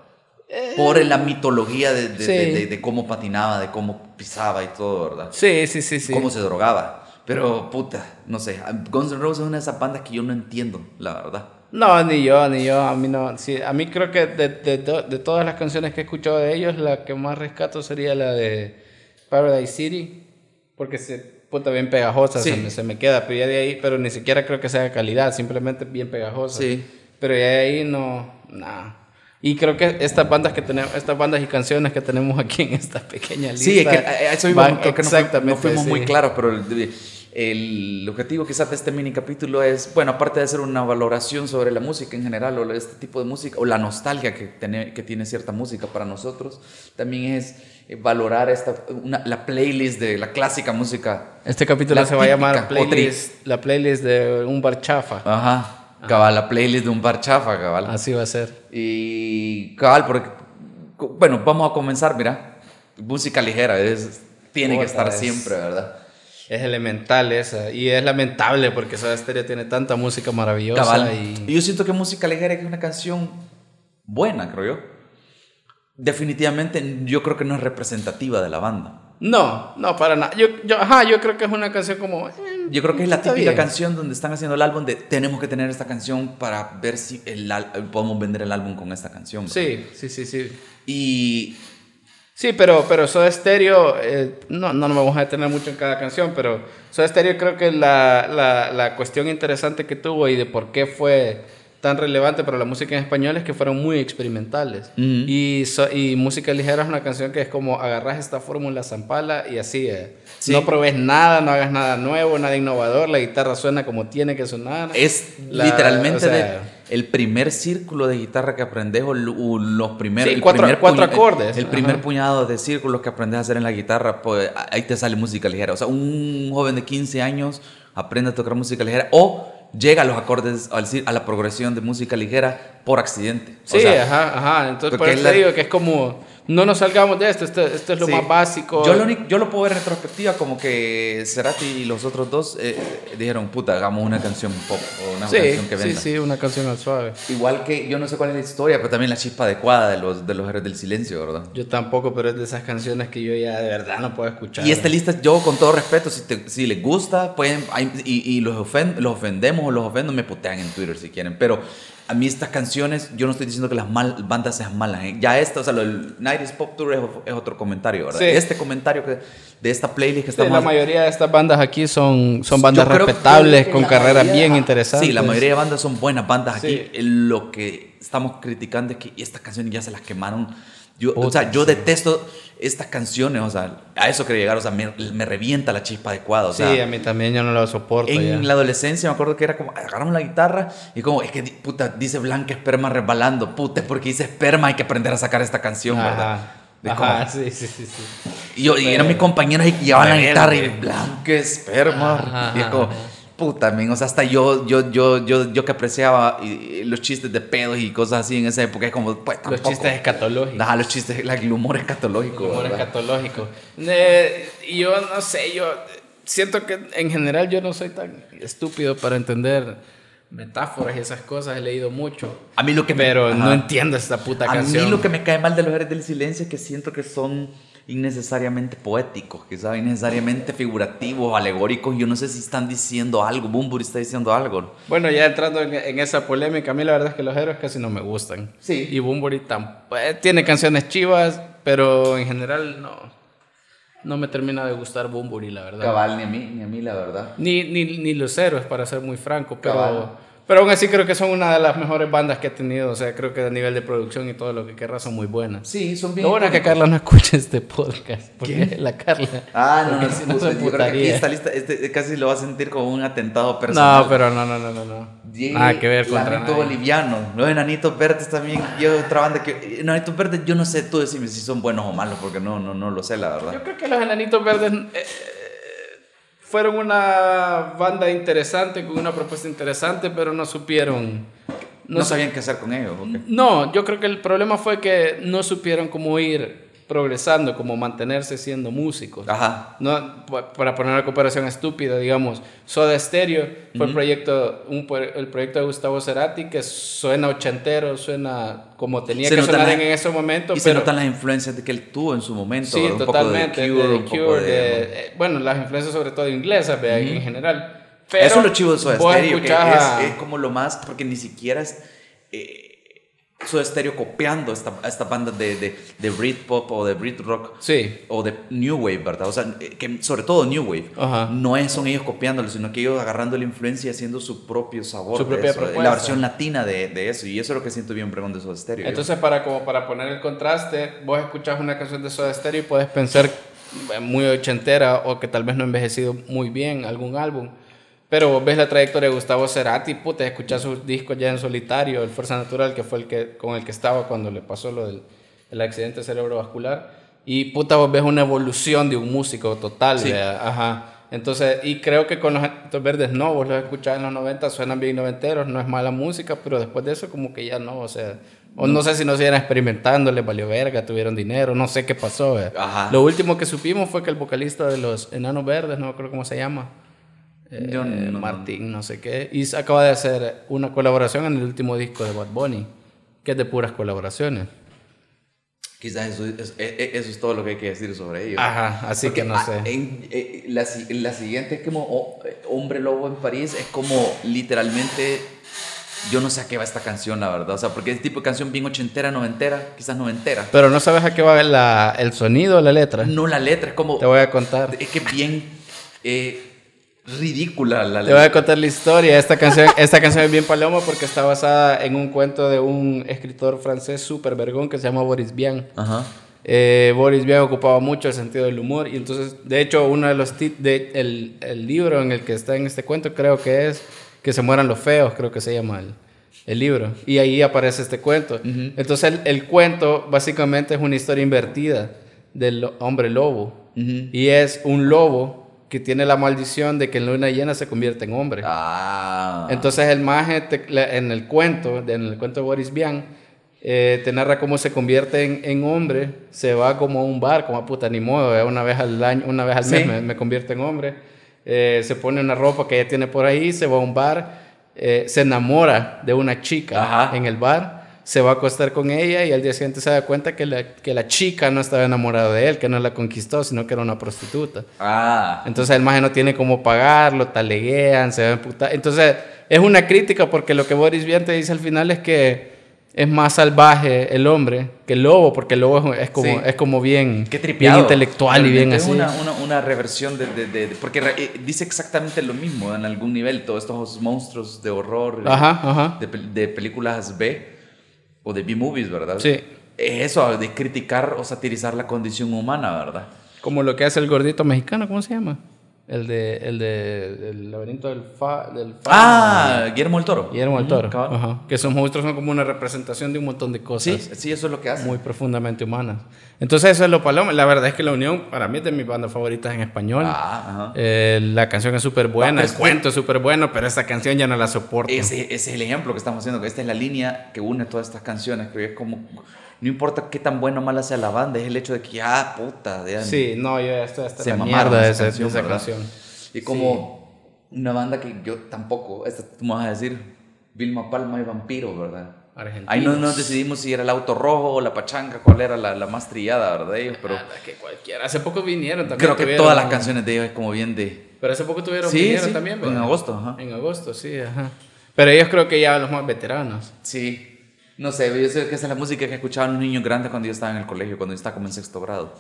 [SPEAKER 1] Por la mitología de, de-
[SPEAKER 2] Eh. sí.
[SPEAKER 1] de- de- de cómo patinaba, de cómo pisaba y todo, ¿verdad?
[SPEAKER 2] Sí, sí, sí, sí.
[SPEAKER 1] cómo se drogaba. Pero puta, no sé. Guns N' Roses es una de esas bandas que yo no entiendo, la verdad.
[SPEAKER 2] No, ni yo, ni yo. A mí no. Sí, a mí creo que de, de to- de todas las canciones que he escuchado de ellos, la que más rescato sería la de Paradise City. Porque se puta bien pegajosa,
[SPEAKER 1] Sí.
[SPEAKER 2] se, me, se me queda. Pero ya de ahí, pero ni siquiera creo que sea de calidad, simplemente bien pegajosa.
[SPEAKER 1] Sí.
[SPEAKER 2] Pero ya de ahí no. Nada. Y creo que estas bandas que tenemos, estas bandas y canciones que tenemos aquí en esta pequeña lista.
[SPEAKER 1] Sí, es que a- a eso mismo
[SPEAKER 2] van
[SPEAKER 1] creo que no, fue- no
[SPEAKER 2] exactamente,
[SPEAKER 1] fuimos muy
[SPEAKER 2] sí.
[SPEAKER 1] claros, pero el, el objetivo quizás de este mini capítulo es, bueno, aparte de hacer una valoración sobre la música en general o este tipo de música, o la nostalgia que tiene, que tiene cierta música para nosotros, también es eh, valorar esta, una- la playlist de la clásica música.
[SPEAKER 2] Este capítulo
[SPEAKER 1] La
[SPEAKER 2] se va a llamar
[SPEAKER 1] típica, o Ah. tri-
[SPEAKER 2] playlist, la playlist de un bar chafa.
[SPEAKER 1] Ajá, cabal, la playlist de un bar chafa, cabal.
[SPEAKER 2] Así va a ser.
[SPEAKER 1] Y cabal, porque, co- bueno, vamos a comenzar, mira, música ligera, es, tiene que
[SPEAKER 2] Puta,
[SPEAKER 1] estar
[SPEAKER 2] es-
[SPEAKER 1] siempre, ¿verdad?
[SPEAKER 2] Es elemental esa. Y es lamentable porque Soda Stereo tiene tanta música maravillosa.
[SPEAKER 1] Cabal.
[SPEAKER 2] Y...
[SPEAKER 1] Y yo siento que música ligera es una canción buena, creo yo. Definitivamente yo creo que no es representativa de la banda.
[SPEAKER 2] No, no, para nada. Yo, yo, ajá, yo creo que es una canción como. eh,
[SPEAKER 1] Yo creo que es la
[SPEAKER 2] Está
[SPEAKER 1] típica
[SPEAKER 2] bien.
[SPEAKER 1] canción donde están haciendo el álbum de tenemos que tener esta canción para ver si el al- podemos vender el álbum con esta canción.
[SPEAKER 2] Sí, sí, sí, sí.
[SPEAKER 1] Y
[SPEAKER 2] Sí, pero, pero Soda Stereo, eh, no, no nos vamos a detener mucho en cada canción, pero Soda Stereo creo que la, la, la cuestión interesante que tuvo y de por qué fue tan relevante para la música en español es que fueron muy experimentales.
[SPEAKER 1] Ujú.
[SPEAKER 2] y, so- y Música Ligera es una canción que es como agarras esta fórmula zampala y así es.
[SPEAKER 1] Sí.
[SPEAKER 2] No probes nada, no hagas nada nuevo, nada innovador, la guitarra suena como tiene que sonar.
[SPEAKER 1] es
[SPEAKER 2] La-
[SPEAKER 1] literalmente
[SPEAKER 2] o sea,
[SPEAKER 1] de- el primer círculo de guitarra que aprendes o lo- o los primeros
[SPEAKER 2] Sí,
[SPEAKER 1] el
[SPEAKER 2] cuatro-
[SPEAKER 1] primer
[SPEAKER 2] cuatro
[SPEAKER 1] puña-
[SPEAKER 2] acordes.
[SPEAKER 1] el primer
[SPEAKER 2] Ajá.
[SPEAKER 1] puñado de círculos que aprendes a hacer en la guitarra pues a- ahí te sale música ligera o sea un joven de 15 años aprende a tocar música ligera o llega a los acordes al cir- a la progresión de música ligera por accidente O
[SPEAKER 2] Sí,
[SPEAKER 1] sea,
[SPEAKER 2] ajá, ajá. Entonces, por
[SPEAKER 1] porque
[SPEAKER 2] eso
[SPEAKER 1] la-
[SPEAKER 2] te digo que es como, no nos salgamos de esto, esto, esto es lo
[SPEAKER 1] Sí.
[SPEAKER 2] más básico.
[SPEAKER 1] Yo lo, uni- yo lo puedo ver en retrospectiva como que Cerati y los otros dos eh, dijeron, puta, hagamos una canción pop o una
[SPEAKER 2] Sí,
[SPEAKER 1] canción que
[SPEAKER 2] sí,
[SPEAKER 1] venda.
[SPEAKER 2] sí, una canción al suave.
[SPEAKER 1] Igual que yo no sé cuál es la historia, pero también la chispa adecuada de los, de los héroes del silencio, ¿verdad?
[SPEAKER 2] Yo tampoco, pero es de esas canciones que yo ya de verdad no puedo escuchar.
[SPEAKER 1] Y este esta lista, yo con todo respeto, si, te- si les gusta, pueden, hay- y, y los, ofen- los ofendemos o los ofendo, me putean en Twitter si quieren, pero a mí estas canciones, yo no estoy diciendo que las mal- bandas sean malas, ¿eh? ya esta, o sea, lo del 90s Pop Tour es, es otro comentario, ¿verdad?
[SPEAKER 2] Sí.
[SPEAKER 1] Este comentario que, de esta playlist que
[SPEAKER 2] Sí,
[SPEAKER 1] estamos
[SPEAKER 2] la mayoría de estas bandas aquí son, son
[SPEAKER 1] Yo
[SPEAKER 2] bandas
[SPEAKER 1] creo-
[SPEAKER 2] respetables,
[SPEAKER 1] creo que
[SPEAKER 2] con
[SPEAKER 1] la
[SPEAKER 2] carreras
[SPEAKER 1] mayoría-
[SPEAKER 2] bien
[SPEAKER 1] ajá.
[SPEAKER 2] interesantes.
[SPEAKER 1] Sí, la mayoría de bandas son buenas bandas
[SPEAKER 2] pues.
[SPEAKER 1] Eh,
[SPEAKER 2] Sí.
[SPEAKER 1] aquí. Lo que estamos criticando es que estas canciones ya se las quemaron Yo, o
[SPEAKER 2] Puta,
[SPEAKER 1] sea, yo
[SPEAKER 2] sí.
[SPEAKER 1] detesto estas canciones, o sea, a eso quería llegar, o sea, me, me revienta la chispa adecuada, o sea.
[SPEAKER 2] sí, a mí también yo no lo soporto.
[SPEAKER 1] En
[SPEAKER 2] ya.
[SPEAKER 1] la adolescencia me acuerdo que era como, agarramos la guitarra y como, es que, di- puta, dice blanca esperma resbalando, puta, es porque dice esperma, hay que aprender a sacar esta canción, ¿verdad?
[SPEAKER 2] Ajá.
[SPEAKER 1] De
[SPEAKER 2] Ajá,
[SPEAKER 1] como-
[SPEAKER 2] sí, sí, sí, sí.
[SPEAKER 1] Y, yo, y eran mis compañeros y que llevaban la guitarra y blanca esperma,
[SPEAKER 2] Ajá,
[SPEAKER 1] y es como,
[SPEAKER 2] ajá.
[SPEAKER 1] puta, men, o sea, hasta yo, yo, yo, yo, yo que apreciaba y- y los chistes de pedos y cosas así en esa época, es como, pues
[SPEAKER 2] Los
[SPEAKER 1] tampoco.
[SPEAKER 2] chistes escatológicos.
[SPEAKER 1] Ajá, los chistes, la- el humor escatológico.
[SPEAKER 2] El humor
[SPEAKER 1] ¿verdad?
[SPEAKER 2] escatológico. Eh, y yo no sé, yo siento que en general yo no soy tan estúpido para entender metáforas y esas cosas, he leído mucho.
[SPEAKER 1] A mí lo que me-
[SPEAKER 2] Pero no
[SPEAKER 1] ajá.
[SPEAKER 2] entiendo esta puta
[SPEAKER 1] A
[SPEAKER 2] canción.
[SPEAKER 1] mí lo que me cae mal de los Héroes del Silencio es que siento que son innecesariamente poéticos, que saben, innecesariamente figurativos, alegóricos. Yo no sé si están diciendo algo, Bumburi está diciendo algo.
[SPEAKER 2] Bueno, ya entrando en, en esa polémica, a mí la verdad es que los héroes casi no me gustan.
[SPEAKER 1] Sí.
[SPEAKER 2] Y Bumburi tampoco. Tiene canciones chivas, pero en general no. No me termina de gustar Bumburi, la verdad.
[SPEAKER 1] Cabal, ni a mí, ni a mí, la verdad.
[SPEAKER 2] Ni, ni, ni los héroes, para ser muy franco, pero,
[SPEAKER 1] Cabal.
[SPEAKER 2] pero aún así creo que son una de las mejores bandas que ha tenido. O sea, creo que a nivel de producción y todo lo que querrá son muy buenas.
[SPEAKER 1] Sí, son bien.
[SPEAKER 2] Lo bueno es que
[SPEAKER 1] icónicos.
[SPEAKER 2] Carla no escucha este podcast. Porque la Carla.
[SPEAKER 1] Ah, no, no,
[SPEAKER 2] porque
[SPEAKER 1] sí,
[SPEAKER 2] si no se
[SPEAKER 1] puta, yo creo que aquí
[SPEAKER 2] emputaría.
[SPEAKER 1] esta lista este, casi lo va a sentir como un atentado personal.
[SPEAKER 2] No, pero no, no, no, no. no.
[SPEAKER 1] Jay,
[SPEAKER 2] Nada que ver contra
[SPEAKER 1] Lanito
[SPEAKER 2] nadie.
[SPEAKER 1] boliviano, los enanitos verdes también. Yo otra banda que. Enanitos verdes, yo no sé tú decime si son buenos o malos, porque no, no, no lo sé, la verdad.
[SPEAKER 2] Yo creo que los Enanitos Verdes eh, fueron una banda interesante, con una propuesta interesante, pero no supieron.
[SPEAKER 1] No,
[SPEAKER 2] No, su-
[SPEAKER 1] sabían qué hacer con ellos. ¿ok?
[SPEAKER 2] no, yo creo que el problema fue que no supieron cómo ir progresando, cómo mantenerse siendo músicos.
[SPEAKER 1] Ajá.
[SPEAKER 2] No, pa- para poner una comparación estúpida, digamos, Soda Stereo fue el, proyecto, un pro- el proyecto de Gustavo Cerati que suena ochentero, suena como tenía
[SPEAKER 1] Se
[SPEAKER 2] que
[SPEAKER 1] notan
[SPEAKER 2] sonar
[SPEAKER 1] las-
[SPEAKER 2] en ese momento.
[SPEAKER 1] Y se
[SPEAKER 2] pero,
[SPEAKER 1] notan las influencias de que él tuvo en su momento.
[SPEAKER 2] Sí,
[SPEAKER 1] ¿verdad? un
[SPEAKER 2] totalmente.
[SPEAKER 1] Poco de Cure,
[SPEAKER 2] de
[SPEAKER 1] un
[SPEAKER 2] Cure,
[SPEAKER 1] poco de,
[SPEAKER 2] de- eh, bueno, las influencias sobre todo inglesas, vea, en general. Pero
[SPEAKER 1] Eso es lo chivo de Soda
[SPEAKER 2] vos
[SPEAKER 1] Stereo, que
[SPEAKER 2] escuchás a-
[SPEAKER 1] es, es como lo más, porque ni siquiera es eh, Soda Stereo copiando esta, a estas bandas de, de, de Britpop o de Britrock
[SPEAKER 2] Sí.
[SPEAKER 1] o de New Wave, ¿verdad? O sea, eh, que sobre todo New Wave.
[SPEAKER 2] Ajá.
[SPEAKER 1] No es, son ellos copiándolo, sino que ellos agarrando la influencia y haciendo su propio sabor.
[SPEAKER 2] Su
[SPEAKER 1] de
[SPEAKER 2] propia
[SPEAKER 1] eso, eh, La
[SPEAKER 2] propuesta.
[SPEAKER 1] versión latina de, de eso. Y eso es lo que siento bien pregón de Soda Stereo. yo.
[SPEAKER 2] Entonces, para, como para poner el contraste, vos escuchás una canción de Soda Stereo y puedes pensar eh, muy ochentera o que tal vez no ha envejecido muy bien algún álbum. Pero vos ves la trayectoria de Gustavo Cerati, puta, escuchás sus discos ya en solitario, El Fuerza Natural, que fue el que, con el que estaba cuando le pasó lo del el accidente cerebrovascular. Y puta, vos ves una evolución de un músico total,
[SPEAKER 1] Sí.
[SPEAKER 2] vea, ajá. Entonces, y creo que con los Enanitos verdes no, vos los escuchás en los 90, suenan bien noventeros, no es mala música, pero después de eso como que ya no, o sea, o no, sé si no siguieron experimentando, les valió verga, tuvieron dinero, no sé qué pasó. vea.
[SPEAKER 1] Ajá.
[SPEAKER 2] Lo último que supimos fue que el vocalista de los Enanos Verdes, no me acuerdo cómo se llama, eh,
[SPEAKER 1] Yo no- no-
[SPEAKER 2] Martín, no sé qué, y se acaba de hacer una colaboración en el último disco de Bad Bunny, que es de puras colaboraciones.
[SPEAKER 1] Quizás eso, es- eh, eh, eso es todo lo que hay que decir sobre ellos.
[SPEAKER 2] Ajá, así que
[SPEAKER 1] Porque,
[SPEAKER 2] no
[SPEAKER 1] ah,
[SPEAKER 2] sé.
[SPEAKER 1] en- eh, la, si- la siguiente es como oh, eh, Hombre Lobo en París, es como literalmente. Yo no sé a qué va esta canción, la verdad. O sea, porque es tipo de canción bien ochentera, noventera, quizás noventera.
[SPEAKER 2] Pero no sabes a qué va la- el sonido o la letra.
[SPEAKER 1] No la letra, es como.
[SPEAKER 2] Te voy a contar.
[SPEAKER 1] Es que bien eh, ridícula la
[SPEAKER 2] Te voy a
[SPEAKER 1] letra.
[SPEAKER 2] contar la historia. Esta canción, esta canción es bien paloma porque está basada en un cuento de un escritor francés súper vergón que se llama Boris Vian.
[SPEAKER 1] Ajá.
[SPEAKER 2] Eh, Boris Vian ocupaba mucho el sentido del humor y entonces, de hecho, uno de los tit- de, el, el libro en el que está en este cuento creo que es Que se mueran los feos, creo que se llama el, el libro. Y ahí aparece este cuento. Entonces, el, el cuento básicamente es una historia invertida del lo- hombre lobo.
[SPEAKER 1] Ujú.
[SPEAKER 2] Y es un lobo que tiene la maldición de que en luna llena se convierte en hombre.
[SPEAKER 1] Ah.
[SPEAKER 2] Entonces el maje te- la- en el cuento, de- en el cuento de Boris Vian, eh, te narra cómo se convierte en, en hombre, se va como a un bar, como a puta ni modo, ¿verdad? una vez al año, una vez al mes
[SPEAKER 1] Sí.
[SPEAKER 2] me, me convierte en hombre, Eh, se pone una ropa que ella tiene por ahí, se va a un bar, eh, se enamora de una chica
[SPEAKER 1] Ajá.
[SPEAKER 2] en el bar, se va a acostar con ella y al día siguiente se da cuenta que la, que la chica no estaba enamorada de él, que no la conquistó, sino que era una prostituta.
[SPEAKER 1] Ah.
[SPEAKER 2] Entonces el maje no tiene cómo pagarlo, taleguean, se van puta. Entonces es una crítica porque lo que Boris Vian te dice al final es que es más salvaje el hombre que el lobo, porque el lobo es es como,
[SPEAKER 1] Sí.
[SPEAKER 2] es como bien,
[SPEAKER 1] Qué
[SPEAKER 2] bien
[SPEAKER 1] tripeado.
[SPEAKER 2] intelectual y bien
[SPEAKER 1] Realmente
[SPEAKER 2] así.
[SPEAKER 1] Es una, una, una reversión de. de- de- de- porque re- eh, dice exactamente lo mismo en algún nivel. Todos estos monstruos de horror. eh,
[SPEAKER 2] Ajá, ajá.
[SPEAKER 1] de, pel- de películas B o de B-movies, ¿verdad?
[SPEAKER 2] Sí.
[SPEAKER 1] es eso, de criticar o satirizar la condición humana, ¿verdad?
[SPEAKER 2] Como lo que hace el gordito mexicano, ¿cómo se llama? El de, el de el laberinto del fa, del fa-
[SPEAKER 1] Ah, Guillermo el Toro.
[SPEAKER 2] Guillermo del
[SPEAKER 1] Ujú,
[SPEAKER 2] Toro.
[SPEAKER 1] cabal.
[SPEAKER 2] Ajá. Que esos monstruos son como una representación de un montón de
[SPEAKER 1] Sí,
[SPEAKER 2] cosas.
[SPEAKER 1] sí, eso es lo que hace.
[SPEAKER 2] muy profundamente humanas. Entonces eso es lo paloma. La verdad es que La Unión para mí es de mis bandas favoritas en español.
[SPEAKER 1] Ah, ajá.
[SPEAKER 2] Eh, la canción es súper
[SPEAKER 1] No, pues
[SPEAKER 2] buena,
[SPEAKER 1] pero
[SPEAKER 2] el
[SPEAKER 1] es-
[SPEAKER 2] cuento es súper bueno, pero esta canción ya no la soporto.
[SPEAKER 1] Ese, ese es el ejemplo que estamos haciendo, que esta es la línea que une todas estas canciones, creo que es como, no importa qué tan buena o mala sea la banda, es el hecho de que, ah, puta, de
[SPEAKER 2] Sí, no, yo ya estoy hasta
[SPEAKER 1] Se
[SPEAKER 2] la
[SPEAKER 1] mamaron
[SPEAKER 2] mierda de
[SPEAKER 1] esa
[SPEAKER 2] esa, de esa
[SPEAKER 1] canción,
[SPEAKER 2] canción.
[SPEAKER 1] Y como una banda que yo tampoco, esta tú me vas a decir, Vilma Palma y Vampiro, ¿verdad?
[SPEAKER 2] Argentinos.
[SPEAKER 1] Ahí no nos decidimos si era el auto rojo o la pachanga, cuál era la, la más trillada, ¿verdad? Ellos, pero
[SPEAKER 2] Ah, que cualquiera. Hace poco vinieron también.
[SPEAKER 1] creo que
[SPEAKER 2] tuvieron-
[SPEAKER 1] todas las canciones de ellos es como bien de...
[SPEAKER 2] Pero hace poco tuvieron
[SPEAKER 1] Sí,
[SPEAKER 2] vinieron
[SPEAKER 1] sí,
[SPEAKER 2] también.
[SPEAKER 1] en
[SPEAKER 2] ¿verdad?
[SPEAKER 1] agosto, ajá.
[SPEAKER 2] En agosto, sí, ajá. Pero ellos creo que ya los más veteranos.
[SPEAKER 1] Sí. No sé, yo sé que esa es la música que escuchaban los niños grandes cuando yo estaba en el colegio, cuando yo estaba como en sexto grado.